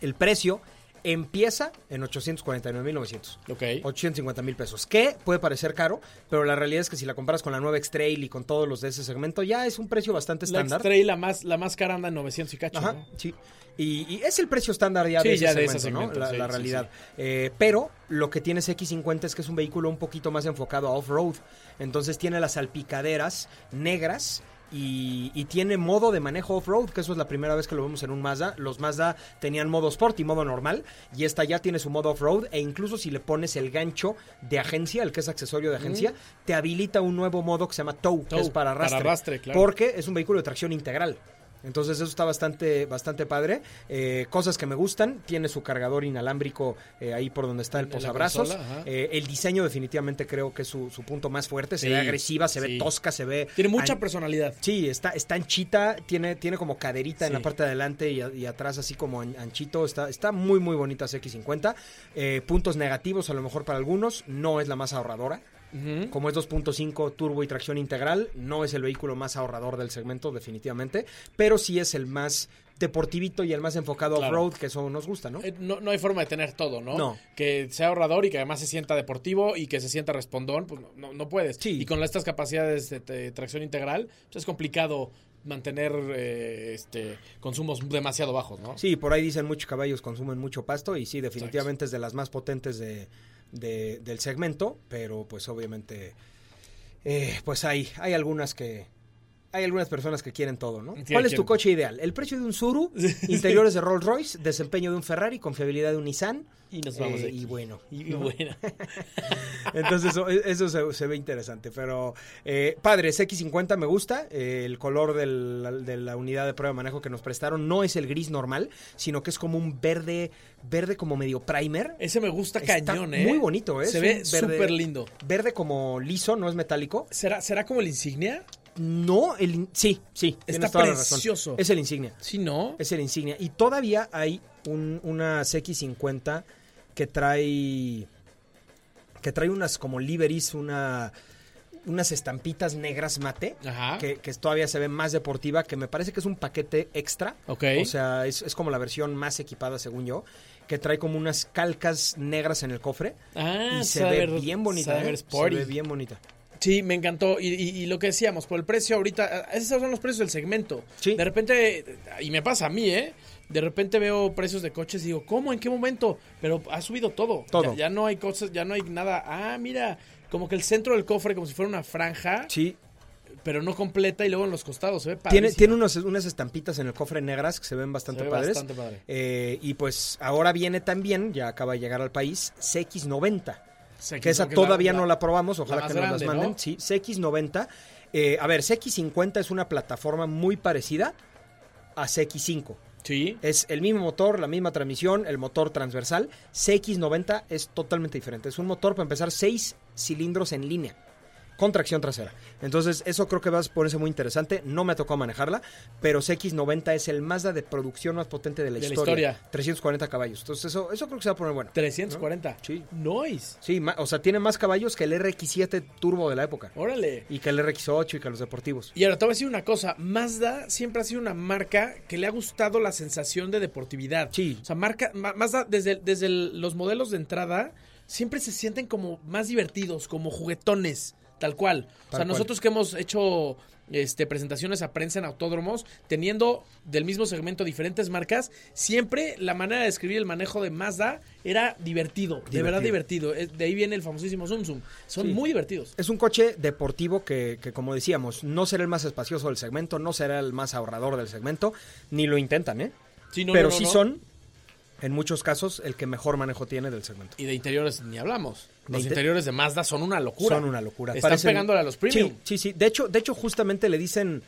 Speaker 1: El precio empieza en 849.900.
Speaker 2: Ok.
Speaker 1: 850 mil pesos, que puede parecer caro, pero la realidad es que si la comparas con la nueva X-Trail y con todos los de ese segmento, ya es un precio bastante
Speaker 2: La
Speaker 1: estándar.
Speaker 2: X-Trail, la más, la más cara anda en 900 y cacho,
Speaker 1: Ajá,
Speaker 2: ¿no?
Speaker 1: sí. Y, y es el precio estándar ya
Speaker 2: Sí,
Speaker 1: de ese
Speaker 2: ya de
Speaker 1: segmento,
Speaker 2: ese segmento,
Speaker 1: ¿no? La,
Speaker 2: sí,
Speaker 1: la
Speaker 2: sí,
Speaker 1: realidad. Eh, pero lo que tiene ese X50 es que es un vehículo un poquito más enfocado a off-road. Entonces tiene las salpicaderas negras. Y, y tiene modo de manejo off-road, que eso es la primera vez que lo vemos en un Mazda. Los Mazda tenían modo sport y modo normal, y esta ya tiene su modo off-road, e incluso si le pones el gancho de agencia, el que es accesorio de agencia, te habilita un nuevo modo que se llama tow, que
Speaker 2: Mm. Tow,
Speaker 1: es para
Speaker 2: para
Speaker 1: arrastre.
Speaker 2: arrastre, claro.
Speaker 1: Porque es un vehículo de tracción integral. Entonces eso está bastante, bastante padre. Eh, cosas que me gustan. Tiene su cargador inalámbrico eh, ahí por donde está el
Speaker 2: En la
Speaker 1: posabrazos.
Speaker 2: consola, ajá.
Speaker 1: Eh, el diseño definitivamente creo que es su, su punto más fuerte. Se
Speaker 2: Sí,
Speaker 1: ve agresiva, se
Speaker 2: sí.
Speaker 1: ve tosca, se ve...
Speaker 2: Tiene mucha
Speaker 1: an-
Speaker 2: personalidad.
Speaker 1: Sí, está, está anchita, tiene, tiene como caderita en
Speaker 2: Sí.
Speaker 1: la parte de adelante y, a- y atrás así como an- anchito. Está, está muy, muy bonita CX50. Eh, puntos negativos a lo mejor para algunos. No es la más ahorradora.
Speaker 2: Ujú.
Speaker 1: Como es 2.5 turbo y tracción integral, no es el vehículo más ahorrador del segmento, definitivamente, pero sí es el más deportivito y el más enfocado
Speaker 2: Claro.
Speaker 1: off-road, que eso nos gusta, ¿no?
Speaker 2: Eh, No, no hay forma de tener todo, ¿no?
Speaker 1: No.
Speaker 2: Que sea ahorrador y que además se sienta deportivo y que se sienta respondón, pues no- no, no puedes.
Speaker 1: Sí.
Speaker 2: Y con estas capacidades de, de tracción integral, pues es complicado mantener eh, este consumos demasiado bajos, ¿no?
Speaker 1: Sí, por ahí dicen muchos caballos consumen mucho pasto y sí, definitivamente es de las más potentes de, de- del segmento, pero pues obviamente, eh, pues hay, hay algunas que, hay algunas personas que quieren todo, ¿no?
Speaker 2: Sí,
Speaker 1: ¿Cuál es
Speaker 2: quieren-
Speaker 1: tu coche ideal? ¿El precio de un Zuru? ¿Interiores de Rolls Royce? ¿Desempeño de un Ferrari? ¿Confiabilidad de un Nissan?
Speaker 2: Y nos vamos
Speaker 1: Eh,
Speaker 2: de aquí.
Speaker 1: y bueno.
Speaker 2: Y bueno.
Speaker 1: Entonces eso, e-, eso se, se ve interesante, pero eh, padres, X50 me gusta, eh, el color del- de la unidad de prueba de manejo que nos prestaron no es el gris normal, sino que es como un verde, verde como medio primer.
Speaker 2: Ese me gusta
Speaker 1: Está
Speaker 2: cañón, ¿eh?
Speaker 1: Muy bonito, ¿eh?
Speaker 2: Se
Speaker 1: Es
Speaker 2: ve
Speaker 1: un verde-
Speaker 2: súper lindo.
Speaker 1: Verde como liso, no es metálico.
Speaker 2: ¿Será, ¿Será como el insignia?
Speaker 1: No, el in- sí, sí. tienes toda la razón.
Speaker 2: precioso.
Speaker 1: Es el insignia.
Speaker 2: Sí, ¿no?
Speaker 1: Es el insignia. Y todavía hay un, una CX50 que trae. que trae unas como liveries, una. Unas estampitas negras mate,
Speaker 2: Ajá.
Speaker 1: que, que todavía se ve más deportiva, que me parece que es un paquete extra.
Speaker 2: Ok.
Speaker 1: O sea, es, es como la versión más equipada, según yo, que trae como unas calcas negras en el cofre.
Speaker 2: Ah,
Speaker 1: y se
Speaker 2: sabe
Speaker 1: ve
Speaker 2: ver-
Speaker 1: bien bonita. ¿eh?
Speaker 2: sabe ver
Speaker 1: Se
Speaker 2: sporty.
Speaker 1: ve bien bonita.
Speaker 2: Sí, me encantó. Y, y- y lo que decíamos, por el precio ahorita, eh, esos son los precios del segmento.
Speaker 1: Sí.
Speaker 2: De repente, eh, y me pasa a mí, ¿eh? De repente veo precios de coches y digo, ¿cómo? ¿En qué momento? Pero ha subido todo.
Speaker 1: Todo.
Speaker 2: Ya, ya no hay cosas, ya no hay nada. Ah, mira, como que el centro del cofre, como si fuera una franja,
Speaker 1: Sí,
Speaker 2: pero no completa y luego en los costados. Se ve
Speaker 1: Tiene,
Speaker 2: padrísimo.
Speaker 1: tiene unos- unas estampitas en el cofre negras que se ven bastante
Speaker 2: Se ve
Speaker 1: padres.
Speaker 2: bastante padre.
Speaker 1: Eh, y pues ahora viene también, ya acaba de llegar al país, CX90.
Speaker 2: Se-
Speaker 1: Que esa
Speaker 2: creo
Speaker 1: todavía no la probamos, ojalá
Speaker 2: más
Speaker 1: que nos
Speaker 2: grande,
Speaker 1: las manden.
Speaker 2: ¿no?
Speaker 1: Sí, CX90. Eh, a ver, CX50 es una plataforma muy parecida a CX5.
Speaker 2: Sí.
Speaker 1: Es el mismo motor, la misma transmisión, el motor transversal. CX90 es totalmente diferente. Es un motor para empezar seis cilindros en línea. Con tracción trasera. Entonces, eso creo que va a ponerse muy interesante. No me tocó manejarla, pero CX90 es el Mazda de producción más potente de la,
Speaker 2: De la
Speaker 1: historia.
Speaker 2: historia.
Speaker 1: 340 caballos. Entonces, eso, eso creo que se va a poner bueno.
Speaker 2: 340.
Speaker 1: Sí.
Speaker 2: Noise.
Speaker 1: Sí, ma- o sea, tiene más caballos que el RX7 Turbo de la época.
Speaker 2: Órale.
Speaker 1: Y que el RX8 y que los deportivos.
Speaker 2: Y ahora te voy a decir una cosa, Mazda siempre ha sido una marca que le ha gustado la sensación de deportividad.
Speaker 1: Sí.
Speaker 2: O sea, marca, Ma- Mazda desde, desde el- los modelos de entrada siempre se sienten como más divertidos, como juguetones, tal cual. o sea,
Speaker 1: Tal cual.
Speaker 2: nosotros que hemos hecho este, presentaciones a prensa en autódromos, teniendo del mismo segmento diferentes marcas, siempre la manera de describir el manejo de Mazda era divertido, de verdad divertido. Es- De ahí viene el famosísimo Zoom Zoom. Son
Speaker 1: Sí.
Speaker 2: muy divertidos.
Speaker 1: Es un coche deportivo que, que, como decíamos, no será el más espacioso del segmento, no será el más ahorrador del segmento, ni lo intentan, ¿eh?
Speaker 2: Sí, no,
Speaker 1: Pero
Speaker 2: no, no,
Speaker 1: sí
Speaker 2: no.
Speaker 1: son, en muchos casos, el que mejor manejo tiene del segmento.
Speaker 2: Y de interiores ni hablamos.
Speaker 1: De
Speaker 2: Los
Speaker 1: inte-
Speaker 2: interiores de Mazda son una locura.
Speaker 1: Son una locura.
Speaker 2: Están
Speaker 1: Parecen-
Speaker 2: pegándole a los premium.
Speaker 1: Sí, sí, sí. De hecho, de hecho, justamente le dicen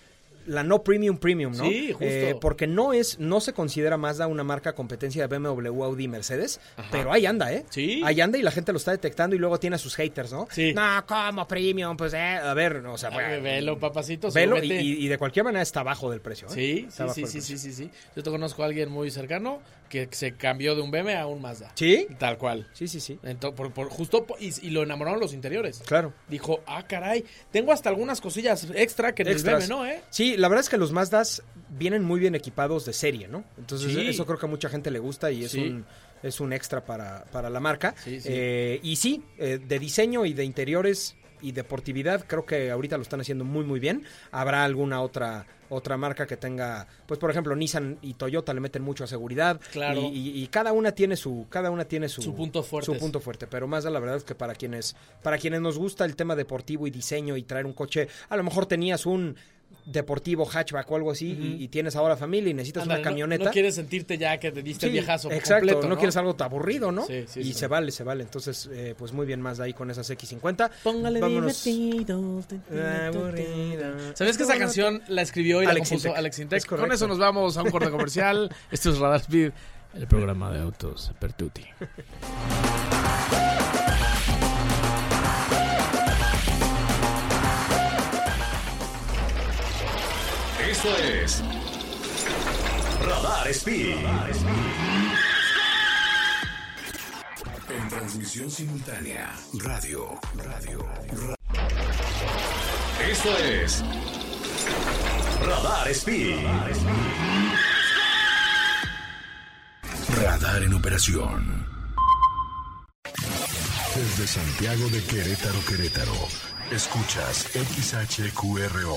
Speaker 1: la no premium premium, ¿no? Eh,
Speaker 2: Sí, justo.
Speaker 1: porque no es, no se considera Mazda una marca competencia de BMW, Audi, Mercedes,
Speaker 2: Ajá.
Speaker 1: pero ahí anda, ¿eh?
Speaker 2: Sí.
Speaker 1: Ahí anda y la gente lo está detectando y luego tiene a sus haters, ¿no?
Speaker 2: Sí.
Speaker 1: No, como premium, pues, eh, a ver, o sea,
Speaker 2: Ah,
Speaker 1: bueno,
Speaker 2: velo, papacito.
Speaker 1: Velo y,
Speaker 2: seguramente.
Speaker 1: y- y de cualquier manera está abajo del precio. ¿eh?
Speaker 2: Sí,
Speaker 1: Está
Speaker 2: sí,
Speaker 1: abajo
Speaker 2: sí,
Speaker 1: del
Speaker 2: sí,
Speaker 1: precio.
Speaker 2: sí, sí, sí. Yo te conozco a alguien muy cercano que se cambió de un BM a un Mazda.
Speaker 1: ¿Sí?
Speaker 2: Tal cual.
Speaker 1: Sí, sí, sí.
Speaker 2: Entonces, por, por- justo po- y, y lo enamoraron los interiores.
Speaker 1: Claro.
Speaker 2: Dijo, ah, caray, tengo hasta algunas cosillas extra que en
Speaker 1: Extras.
Speaker 2: el BM, ¿no? ¿Eh?
Speaker 1: Sí, la verdad es que los Mazdas vienen muy bien equipados de serie, ¿no? Entonces
Speaker 2: Sí.
Speaker 1: eso creo que a mucha gente le gusta y es
Speaker 2: Sí.
Speaker 1: un es un extra para, para la marca.
Speaker 2: Sí, sí.
Speaker 1: Eh, y sí, eh, de diseño y de interiores y deportividad creo que ahorita lo están haciendo muy muy bien. Habrá alguna otra otra marca que tenga, pues por ejemplo Nissan y Toyota le meten mucho a seguridad.
Speaker 2: Claro.
Speaker 1: Y, y- y cada una tiene su cada una tiene su,
Speaker 2: Su punto fuertes.
Speaker 1: Su punto fuerte, pero Mazda la verdad es que para quienes para quienes nos gusta el tema deportivo y diseño y traer un coche, a lo mejor tenías un deportivo hatchback o algo así y, y tienes ahora familia y necesitas
Speaker 2: Ándale,
Speaker 1: una
Speaker 2: no-
Speaker 1: camioneta.
Speaker 2: No, quieres sentirte ya que te diste
Speaker 1: Sí,
Speaker 2: el viejazo
Speaker 1: exacto,
Speaker 2: completo,
Speaker 1: no quieres algo tan aburrido, ¿no?
Speaker 2: Sí, sí,
Speaker 1: y
Speaker 2: sí.
Speaker 1: se vale, se vale. Entonces, eh, pues muy bien más de ahí con esas X50.
Speaker 2: Póngale
Speaker 1: Vámonos.
Speaker 2: divertido.
Speaker 1: Aburrido.
Speaker 2: ¿Sabías que esa canción la escribió y la
Speaker 1: Alex
Speaker 2: compuso
Speaker 1: Intec.
Speaker 2: Alex
Speaker 1: Es
Speaker 2: Intec?
Speaker 1: correcto.
Speaker 2: Con eso nos vamos a un corte comercial. Esto es Radar Speed, el programa de autos Pertuti.
Speaker 4: Esto es Radar Speed.
Speaker 5: En transmisión simultánea. Radio, radio, radio.
Speaker 4: Esto es Radar Speed.
Speaker 5: Radar en operación. Desde Santiago de Querétaro, Querétaro. Escuchas XHQRO.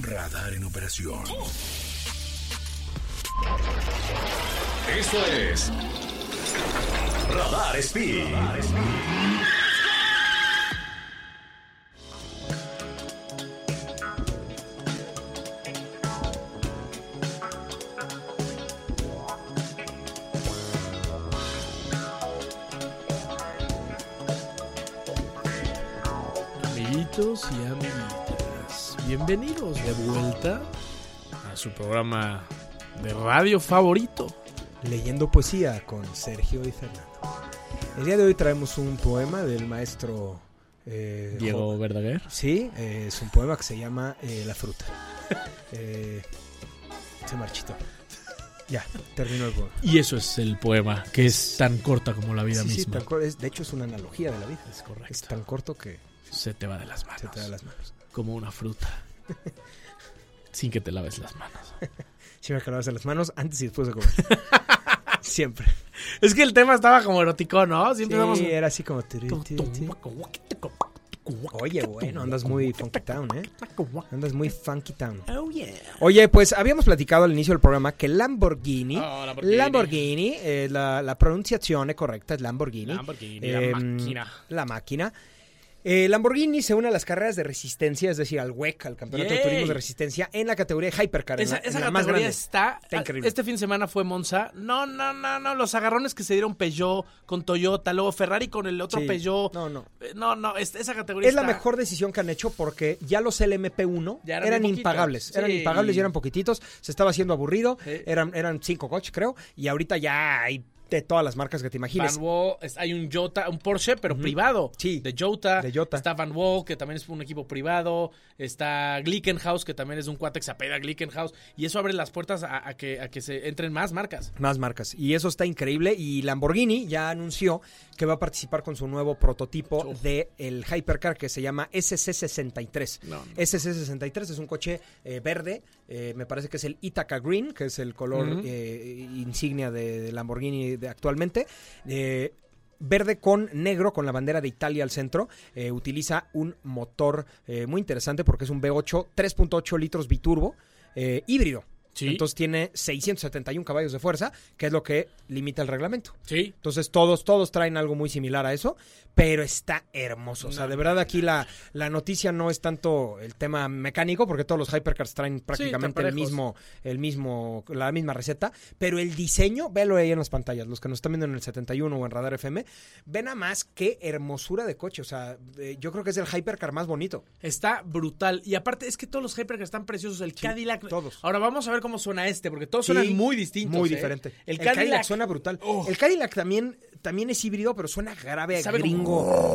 Speaker 5: Radar en operación.
Speaker 4: Esto es Radar Speed.
Speaker 2: Amiguitos y amiguitas, bienvenidos de vuelta a su programa de radio favorito.
Speaker 1: Leyendo poesía con Sergio y Fernando. El día de hoy traemos un poema del maestro eh,
Speaker 2: Diego Verdaguer.
Speaker 1: Sí, eh, es un poema que se llama eh, La fruta. Eh, se marchitó. Ya, terminó el poema.
Speaker 2: Y eso es el poema, que es tan corta como la vida
Speaker 1: Sí, sí,
Speaker 2: misma.
Speaker 1: tan cor- es- de hecho es una analogía de la vida.
Speaker 2: es correcto.
Speaker 1: Es tan corto que
Speaker 2: Se te va de las manos.
Speaker 1: se te da las manos.
Speaker 2: Como una fruta. Sin que te laves las manos.
Speaker 1: Siempre que lavarse las manos antes y después de comer. Siempre.
Speaker 2: Es que el tema estaba como erótico, ¿no? Siempre damos-
Speaker 1: Sí, era así como... tiri, tiri, tiri. Oye, bueno, andas muy funky town, ¿eh? Andas muy funky town.
Speaker 2: Oh, yeah.
Speaker 1: Oye, pues habíamos platicado al inicio del programa que Lamborghini,
Speaker 2: Oh, Lamborghini.
Speaker 1: Lamborghini, eh, la, la pronunciación es correcta es Lamborghini. Em,
Speaker 2: Lamborghini, la máquina.
Speaker 1: La máquina. Eh, Lamborghini se une a las carreras de resistencia, es decir, al WEC, al Campeonato
Speaker 2: Yay.
Speaker 1: de Turismo de Resistencia, en la categoría de Hypercar. en
Speaker 2: Esa,
Speaker 1: la- en
Speaker 2: esa
Speaker 1: la más
Speaker 2: categoría
Speaker 1: grande.
Speaker 2: está,
Speaker 1: Está increíble.
Speaker 2: Este fin de semana fue Monza. No, no, no, no. Los agarrones que se dieron Peugeot con Toyota, luego Ferrari con el otro
Speaker 1: Sí.
Speaker 2: Peugeot.
Speaker 1: No, no.
Speaker 2: Eh, No, no, es- esa categoría
Speaker 1: Es la
Speaker 2: está-
Speaker 1: mejor decisión que han hecho porque ya los LMP1
Speaker 2: Ya eran
Speaker 1: eran,
Speaker 2: muy poquitos.
Speaker 1: impagables. Eran
Speaker 2: Sí.
Speaker 1: impagables y eran poquititos. Se estaba haciendo aburrido.
Speaker 2: Sí.
Speaker 1: Eran, eran cinco coches, creo. Y ahorita ya hay de todas las marcas que te imagines.
Speaker 2: Van Wall, es- hay un Jota, un Porsche, pero privado.
Speaker 1: Sí,
Speaker 2: De Jota.
Speaker 1: de Jota.
Speaker 2: Está Van Wall, que también es un equipo privado. Está Glickenhaus, que también es un cuate que se apela a Glickenhaus. Y eso abre las puertas a, a que, a que se entren más marcas.
Speaker 1: Más marcas. Y eso está increíble. Y Lamborghini ya anunció que va a participar con su nuevo prototipo
Speaker 2: Uf.
Speaker 1: de el Hypercar que se llama SC63.
Speaker 2: No, no.
Speaker 1: SC63 es un coche eh, verde. eh, me parece que es el Ithaca Green, que es el color eh, insignia de, de Lamborghini de actualmente. Eh, Verde con negro, con la bandera de Italia al centro. Eh, utiliza un motor eh, muy interesante porque es un V8 3.8 litros biturbo eh, híbrido.
Speaker 2: Sí.
Speaker 1: Entonces tiene 671 caballos de fuerza, que es lo que limita el reglamento.
Speaker 2: Sí.
Speaker 1: Entonces todos, todos traen algo muy similar a eso, pero está hermoso. O sea, de verdad aquí la, la noticia no es tanto el tema mecánico, porque todos los hypercars traen prácticamente el
Speaker 2: parejos.
Speaker 1: mismo, el mismo, la misma receta, pero el diseño, véalo ahí en las pantallas, los que nos están viendo en el 71 o en Radar FM, ven a más qué hermosura de coche. O sea, eh, yo creo que es el hypercar más bonito.
Speaker 2: Está brutal. Y aparte, es que todos los hypercars están preciosos. El Cadillac.
Speaker 1: todos.
Speaker 2: Ahora vamos a ver cómo suena este, porque todos
Speaker 1: Sí,
Speaker 2: suenan muy distintos.
Speaker 1: Muy
Speaker 2: ¿eh?
Speaker 1: diferente.
Speaker 2: El, Cadillac,
Speaker 1: suena brutal.
Speaker 2: Oh.
Speaker 1: El Cadillac también, también es híbrido, pero suena grave,
Speaker 2: sabe como-
Speaker 1: gringo.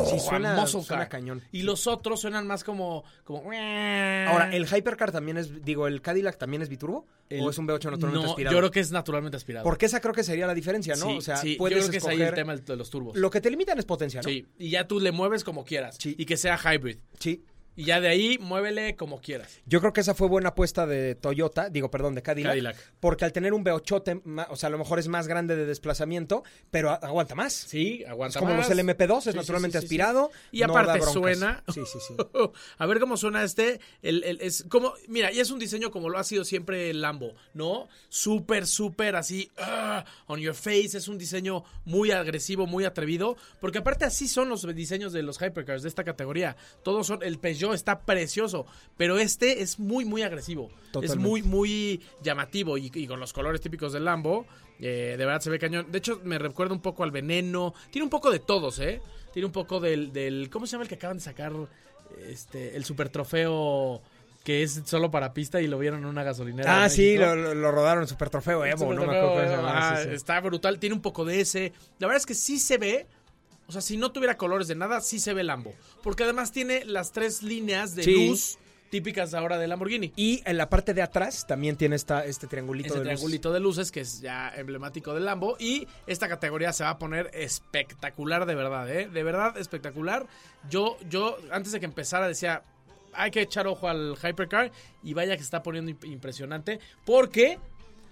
Speaker 1: sí,
Speaker 2: Oh, a
Speaker 1: suena,
Speaker 2: muscle
Speaker 1: suena
Speaker 2: car.
Speaker 1: cañón.
Speaker 2: Y ah. los otros suenan más como. como
Speaker 1: Ahora, ¿el Hypercar también es, digo, el Cadillac también es biturbo?
Speaker 2: El-
Speaker 1: ¿O es un V8 naturalmente
Speaker 2: no,
Speaker 1: aspirado?
Speaker 2: Yo creo que es naturalmente aspirado.
Speaker 1: Porque esa creo que sería la diferencia, ¿no?
Speaker 2: Sí,
Speaker 1: o sea,
Speaker 2: sí,
Speaker 1: puedes
Speaker 2: yo creo que es ahí
Speaker 1: escoger...
Speaker 2: el tema de los turbos.
Speaker 1: Lo que te limitan es potencia, ¿no?
Speaker 2: Sí, y ya tú le mueves como quieras.
Speaker 1: Sí.
Speaker 2: Y que sea hybrid.
Speaker 1: Sí.
Speaker 2: Y ya de ahí, muévele como quieras.
Speaker 1: Yo creo que esa fue buena apuesta de Toyota, digo, perdón, de Cadillac.
Speaker 2: Cadillac.
Speaker 1: Porque al tener un V8, ma- o sea, a lo mejor es más grande de desplazamiento, pero a- aguanta más.
Speaker 2: Sí,
Speaker 1: Es
Speaker 2: aguanta
Speaker 1: como
Speaker 2: más.
Speaker 1: los LMP2, es
Speaker 2: Sí, sí,
Speaker 1: naturalmente
Speaker 2: sí, sí, sí.
Speaker 1: aspirado.
Speaker 2: Y
Speaker 1: no da
Speaker 2: aparte
Speaker 1: broncas.
Speaker 2: suena.
Speaker 1: Sí, sí, sí.
Speaker 2: A ver cómo suena este. El, el- es como, mira, y es un diseño como lo ha sido siempre el Lambo, ¿no? Súper, súper así. ah, on your face. Es un diseño muy agresivo, muy atrevido. Porque aparte así son los diseños de los hypercars de esta categoría. Todos son. El Peugeot está precioso. Pero este es muy, muy agresivo. Es
Speaker 1: Totalmente.
Speaker 2: muy, muy llamativo. Y, y con los colores típicos del Lambo. eh, de verdad se ve cañón. De hecho, me recuerda un poco al veneno. Tiene un poco de todos, ¿eh? Tiene un poco del, del. ¿Cómo se llama el que acaban de sacar? Este, el super trofeo que es solo para pista y lo vieron en una gasolinera. de
Speaker 1: Ah, sí,
Speaker 2: México.
Speaker 1: lo, lo- lo rodaron Super Trofeo
Speaker 2: El
Speaker 1: Evo,
Speaker 2: Super
Speaker 1: no me
Speaker 2: Trofeo
Speaker 1: acuerdo cómo se
Speaker 2: Evo, ah,
Speaker 1: llamaba,
Speaker 2: ajá,
Speaker 1: sí, sí.
Speaker 2: Está brutal, tiene un poco de ese. La verdad es que sí se ve. O sea, si no tuviera colores de nada, sí se ve el Lambo. Porque además tiene las tres líneas de
Speaker 1: Sí.
Speaker 2: luz típicas ahora de Lamborghini.
Speaker 1: Y en la parte de atrás también tiene esta, este triangulito
Speaker 2: Ese
Speaker 1: de luces.
Speaker 2: triangulito de luces que es ya emblemático del Lambo. Y esta categoría se va a poner espectacular de verdad, ¿eh? De verdad espectacular. Yo, yo antes de que empezara decía, hay que echar ojo al Hypercar. Y vaya que se está poniendo imp- impresionante. Porque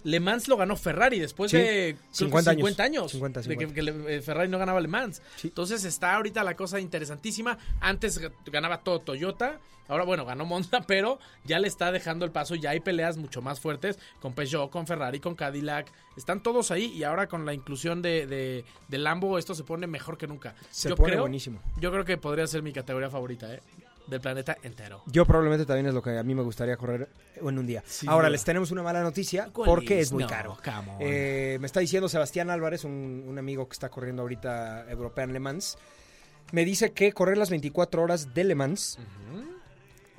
Speaker 2: Le Mans lo ganó Ferrari después
Speaker 1: Sí,
Speaker 2: de creo que
Speaker 1: 50 años.
Speaker 2: 50 años.
Speaker 1: 50,
Speaker 2: De que, que le- eh, Ferrari no ganaba Le Mans.
Speaker 1: Sí.
Speaker 2: Entonces está ahorita la cosa interesantísima. Antes g- ganaba todo Toyota. Ahora, bueno, ganó Monza, pero ya le está dejando el paso. Ya hay peleas mucho más fuertes con Peugeot, con Ferrari, con Cadillac. Están todos ahí y ahora con la inclusión de, de- de Lambo, esto se pone mejor que nunca.
Speaker 1: Se pone
Speaker 2: creo,
Speaker 1: buenísimo.
Speaker 2: Yo creo que podría ser mi categoría favorita, ¿eh? Del planeta entero.
Speaker 1: Yo probablemente también es lo que a mí me gustaría correr en un día.
Speaker 2: Sin
Speaker 1: Ahora
Speaker 2: duda.
Speaker 1: les tenemos una mala noticia
Speaker 2: ¿Cuál
Speaker 1: porque
Speaker 2: es?
Speaker 1: es, muy
Speaker 2: No,
Speaker 1: caro.
Speaker 2: come on.
Speaker 1: Eh, me está diciendo Sebastián Álvarez, un, un amigo que está corriendo ahorita European Le Mans. Me dice que correr las 24 horas de Le Mans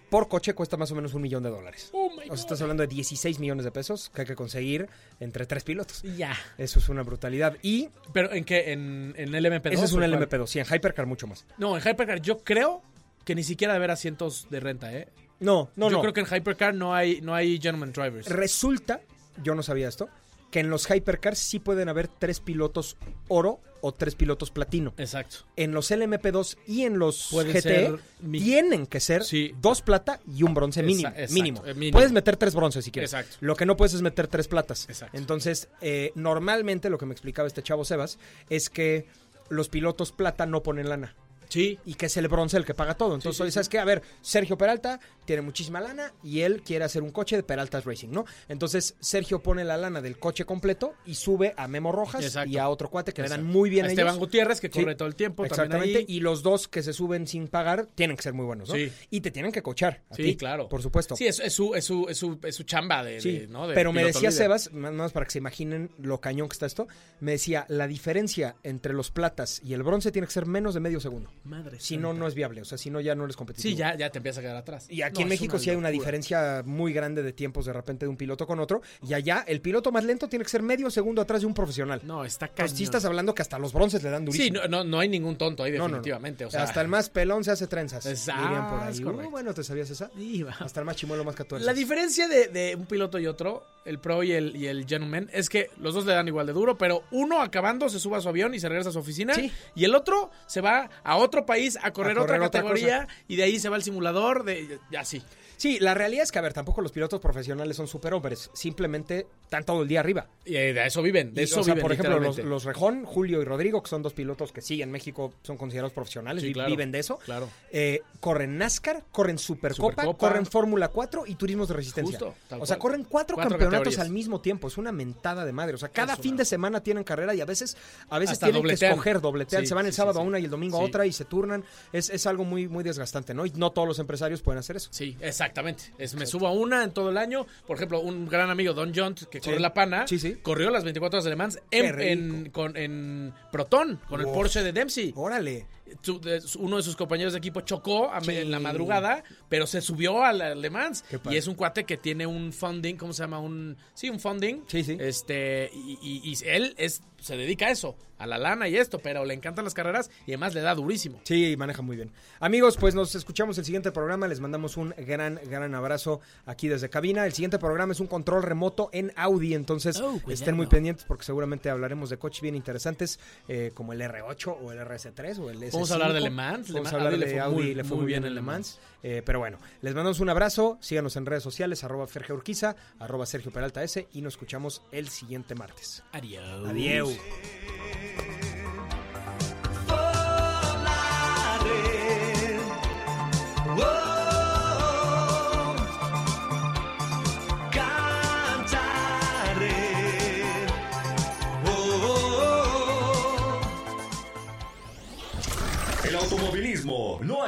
Speaker 1: por coche cuesta más o menos un millón de dólares.
Speaker 2: Oh my
Speaker 1: O sea, estás hablando de 16 millones de pesos que hay que conseguir entre tres pilotos.
Speaker 2: Ya.
Speaker 1: Eso es una brutalidad. Y
Speaker 2: ¿Pero en qué? ¿En, en LMP2?
Speaker 1: ese es un
Speaker 2: ¿O cuál?
Speaker 1: LMP2, sí, en Hypercar mucho más.
Speaker 2: No, en Hypercar yo creo que ni siquiera debe haber asientos de renta, ¿eh?
Speaker 1: No, no,
Speaker 2: yo
Speaker 1: no.
Speaker 2: creo que en Hypercar no hay, no hay gentleman drivers.
Speaker 1: Resulta, yo no sabía esto, que en los Hypercars sí pueden haber tres pilotos oro o tres pilotos platino.
Speaker 2: Exacto.
Speaker 1: En los LMP2 y en los
Speaker 2: Pueden
Speaker 1: GT
Speaker 2: ser mi-
Speaker 1: tienen que ser
Speaker 2: Sí.
Speaker 1: dos plata y un bronce mínimo,
Speaker 2: Exacto,
Speaker 1: mínimo.
Speaker 2: eh, mínimo.
Speaker 1: Puedes meter tres bronces si quieres.
Speaker 2: Exacto.
Speaker 1: Lo que no puedes es meter tres platas.
Speaker 2: Exacto.
Speaker 1: Entonces, eh, normalmente lo que me explicaba este chavo Sebas es que los pilotos plata no ponen lana
Speaker 2: Sí.
Speaker 1: y que es el bronce el que paga todo. Entonces,
Speaker 2: Sí, sí,
Speaker 1: ¿sabes qué? A ver, Sergio Peralta tiene muchísima lana y él quiere hacer un coche de Peraltas Racing, ¿no? Entonces, Sergio pone la lana del coche completo y sube a Memo Rojas
Speaker 2: Exacto.
Speaker 1: y a otro cuate que le dan
Speaker 2: Exacto.
Speaker 1: muy bien
Speaker 2: A
Speaker 1: a
Speaker 2: Esteban
Speaker 1: ellos.
Speaker 2: Gutiérrez, que
Speaker 1: Sí,
Speaker 2: corre todo el tiempo.
Speaker 1: Exactamente,
Speaker 2: Exactamente.
Speaker 1: y los dos que se suben sin pagar tienen que ser muy buenos, ¿no?
Speaker 2: Sí.
Speaker 1: Y te tienen que cochar. a
Speaker 2: Sí,
Speaker 1: ti,
Speaker 2: claro.
Speaker 1: Por supuesto.
Speaker 2: Sí, es, es su, es, su, es, su, es su chamba de.
Speaker 1: Sí,
Speaker 2: de- ¿no? de
Speaker 1: pero me
Speaker 2: piloto
Speaker 1: decía
Speaker 2: líder.
Speaker 1: Sebas, más más para que se imaginen lo cañón que está esto, me decía, la diferencia entre los platas y el bronce tiene que ser menos de medio segundo.
Speaker 2: Madre
Speaker 1: Si no,
Speaker 2: santa.
Speaker 1: no es viable, o sea, si no ya no eres competitivo.
Speaker 2: Sí, ya, ya te empieza a quedar atrás.
Speaker 1: Y aquí
Speaker 2: No,
Speaker 1: en
Speaker 2: es
Speaker 1: México sí hay una
Speaker 2: locura.
Speaker 1: diferencia muy grande de tiempos de repente de un piloto con otro. Y allá el piloto más lento tiene que ser medio segundo atrás de un profesional.
Speaker 2: No, está cañón.
Speaker 1: Entonces, sí estás hablando que hasta los bronces le dan durísimo.
Speaker 2: Sí, no, no, no hay ningún tonto ahí,
Speaker 1: No, no, no.
Speaker 2: definitivamente. O sea,
Speaker 1: hasta el más pelón se hace trenzas.
Speaker 2: Exacto,
Speaker 1: dirían por ahí.
Speaker 2: es correcto.
Speaker 1: Uh, bueno, ¿te sabías esa?
Speaker 2: Iba.
Speaker 1: Hasta el más chimuelo más catuense.
Speaker 2: La diferencia de, de un piloto y otro, el pro y el, y el gentleman, es que los dos le dan igual de duro, pero uno acabando se sube a su avión y se regresa a su oficina,
Speaker 1: Sí.
Speaker 2: y el otro se va a otro país a correr,
Speaker 1: correr
Speaker 2: otra,
Speaker 1: otra
Speaker 2: categoría y de ahí se va al simulador, de y así.
Speaker 1: Sí, la realidad es que, a ver, tampoco los pilotos profesionales son superhombres. Simplemente están todo el día arriba.
Speaker 2: Y eh, de eso viven, de
Speaker 1: Y,
Speaker 2: eso
Speaker 1: o sea,
Speaker 2: viven,
Speaker 1: por ejemplo, los,
Speaker 2: literalmente.
Speaker 1: los Rejón, Julio y Rodrigo, que son dos pilotos que sí en México son considerados profesionales,
Speaker 2: Sí,
Speaker 1: vi-
Speaker 2: claro,
Speaker 1: viven de eso.
Speaker 2: claro.
Speaker 1: Eh, corren NASCAR, corren Supercopa,
Speaker 2: Supercopa.
Speaker 1: corren Fórmula 4 y Turismos de Resistencia.
Speaker 2: Justo, tal
Speaker 1: o sea,
Speaker 2: cual.
Speaker 1: corren cuatro,
Speaker 2: Cuatro
Speaker 1: campeonatos
Speaker 2: categorías.
Speaker 1: al mismo tiempo. Es una mentada de madre. O sea, cada
Speaker 2: Es una-
Speaker 1: fin de semana tienen carrera y a veces, a veces
Speaker 2: Hasta
Speaker 1: tienen
Speaker 2: dobletean.
Speaker 1: que escoger, dobletean.
Speaker 2: Sí,
Speaker 1: se van el
Speaker 2: sí, sí,
Speaker 1: sábado
Speaker 2: sí.
Speaker 1: a una y el domingo
Speaker 2: Sí.
Speaker 1: a otra y se turnan. Es, es algo muy, muy desgastante, ¿no? Y no todos los empresarios pueden hacer eso.
Speaker 2: Sí, exactamente. Es, me subo a una en todo el año. Por ejemplo, un gran amigo, Don John, que corre la pana,
Speaker 1: Sí, sí.
Speaker 2: corrió las 24 horas de Le Mans
Speaker 1: Qué
Speaker 2: en,
Speaker 1: rico.
Speaker 2: en- con, en Proton, con el
Speaker 1: Uf.
Speaker 2: Porsche de Dempsey.
Speaker 1: Órale.
Speaker 2: su- de- su- uno de sus compañeros de equipo chocó a me-
Speaker 1: Sí.
Speaker 2: en la madrugada, pero se subió al al Le Mans.
Speaker 1: Qué padre.
Speaker 2: Y es un cuate que tiene un funding, ¿cómo se llama? Un, sí, un funding.
Speaker 1: Sí, sí.
Speaker 2: Este, y, y- y él es, se dedica a eso, a la lana y esto, pero le encantan las carreras y además le da durísimo.
Speaker 1: Sí, maneja muy bien. Amigos, pues nos escuchamos el siguiente programa. Les mandamos un gran, gran abrazo aquí desde cabina. El siguiente programa es un control remoto en Audi, entonces
Speaker 2: Oh, cuidado.
Speaker 1: estén muy pendientes porque seguramente hablaremos de coches bien interesantes eh, como el R8 o el RS3 o el S5.
Speaker 2: Vamos a hablar de Le Mans. Le
Speaker 1: Vamos
Speaker 2: Mans-
Speaker 1: a hablar
Speaker 2: Audi le
Speaker 1: de
Speaker 2: fue
Speaker 1: Audi,
Speaker 2: muy-
Speaker 1: le fue
Speaker 2: muy
Speaker 1: muy
Speaker 2: bien
Speaker 1: bien
Speaker 2: en
Speaker 1: en Le
Speaker 2: Le
Speaker 1: Mans. Eh, pero bueno, les mandamos un abrazo. Síganos en redes sociales, arroba Ferge Urquiza, arroba Sergio Peralta S y nos escuchamos el siguiente martes.
Speaker 2: Adiós.
Speaker 1: Adiós.
Speaker 4: El automovilismo no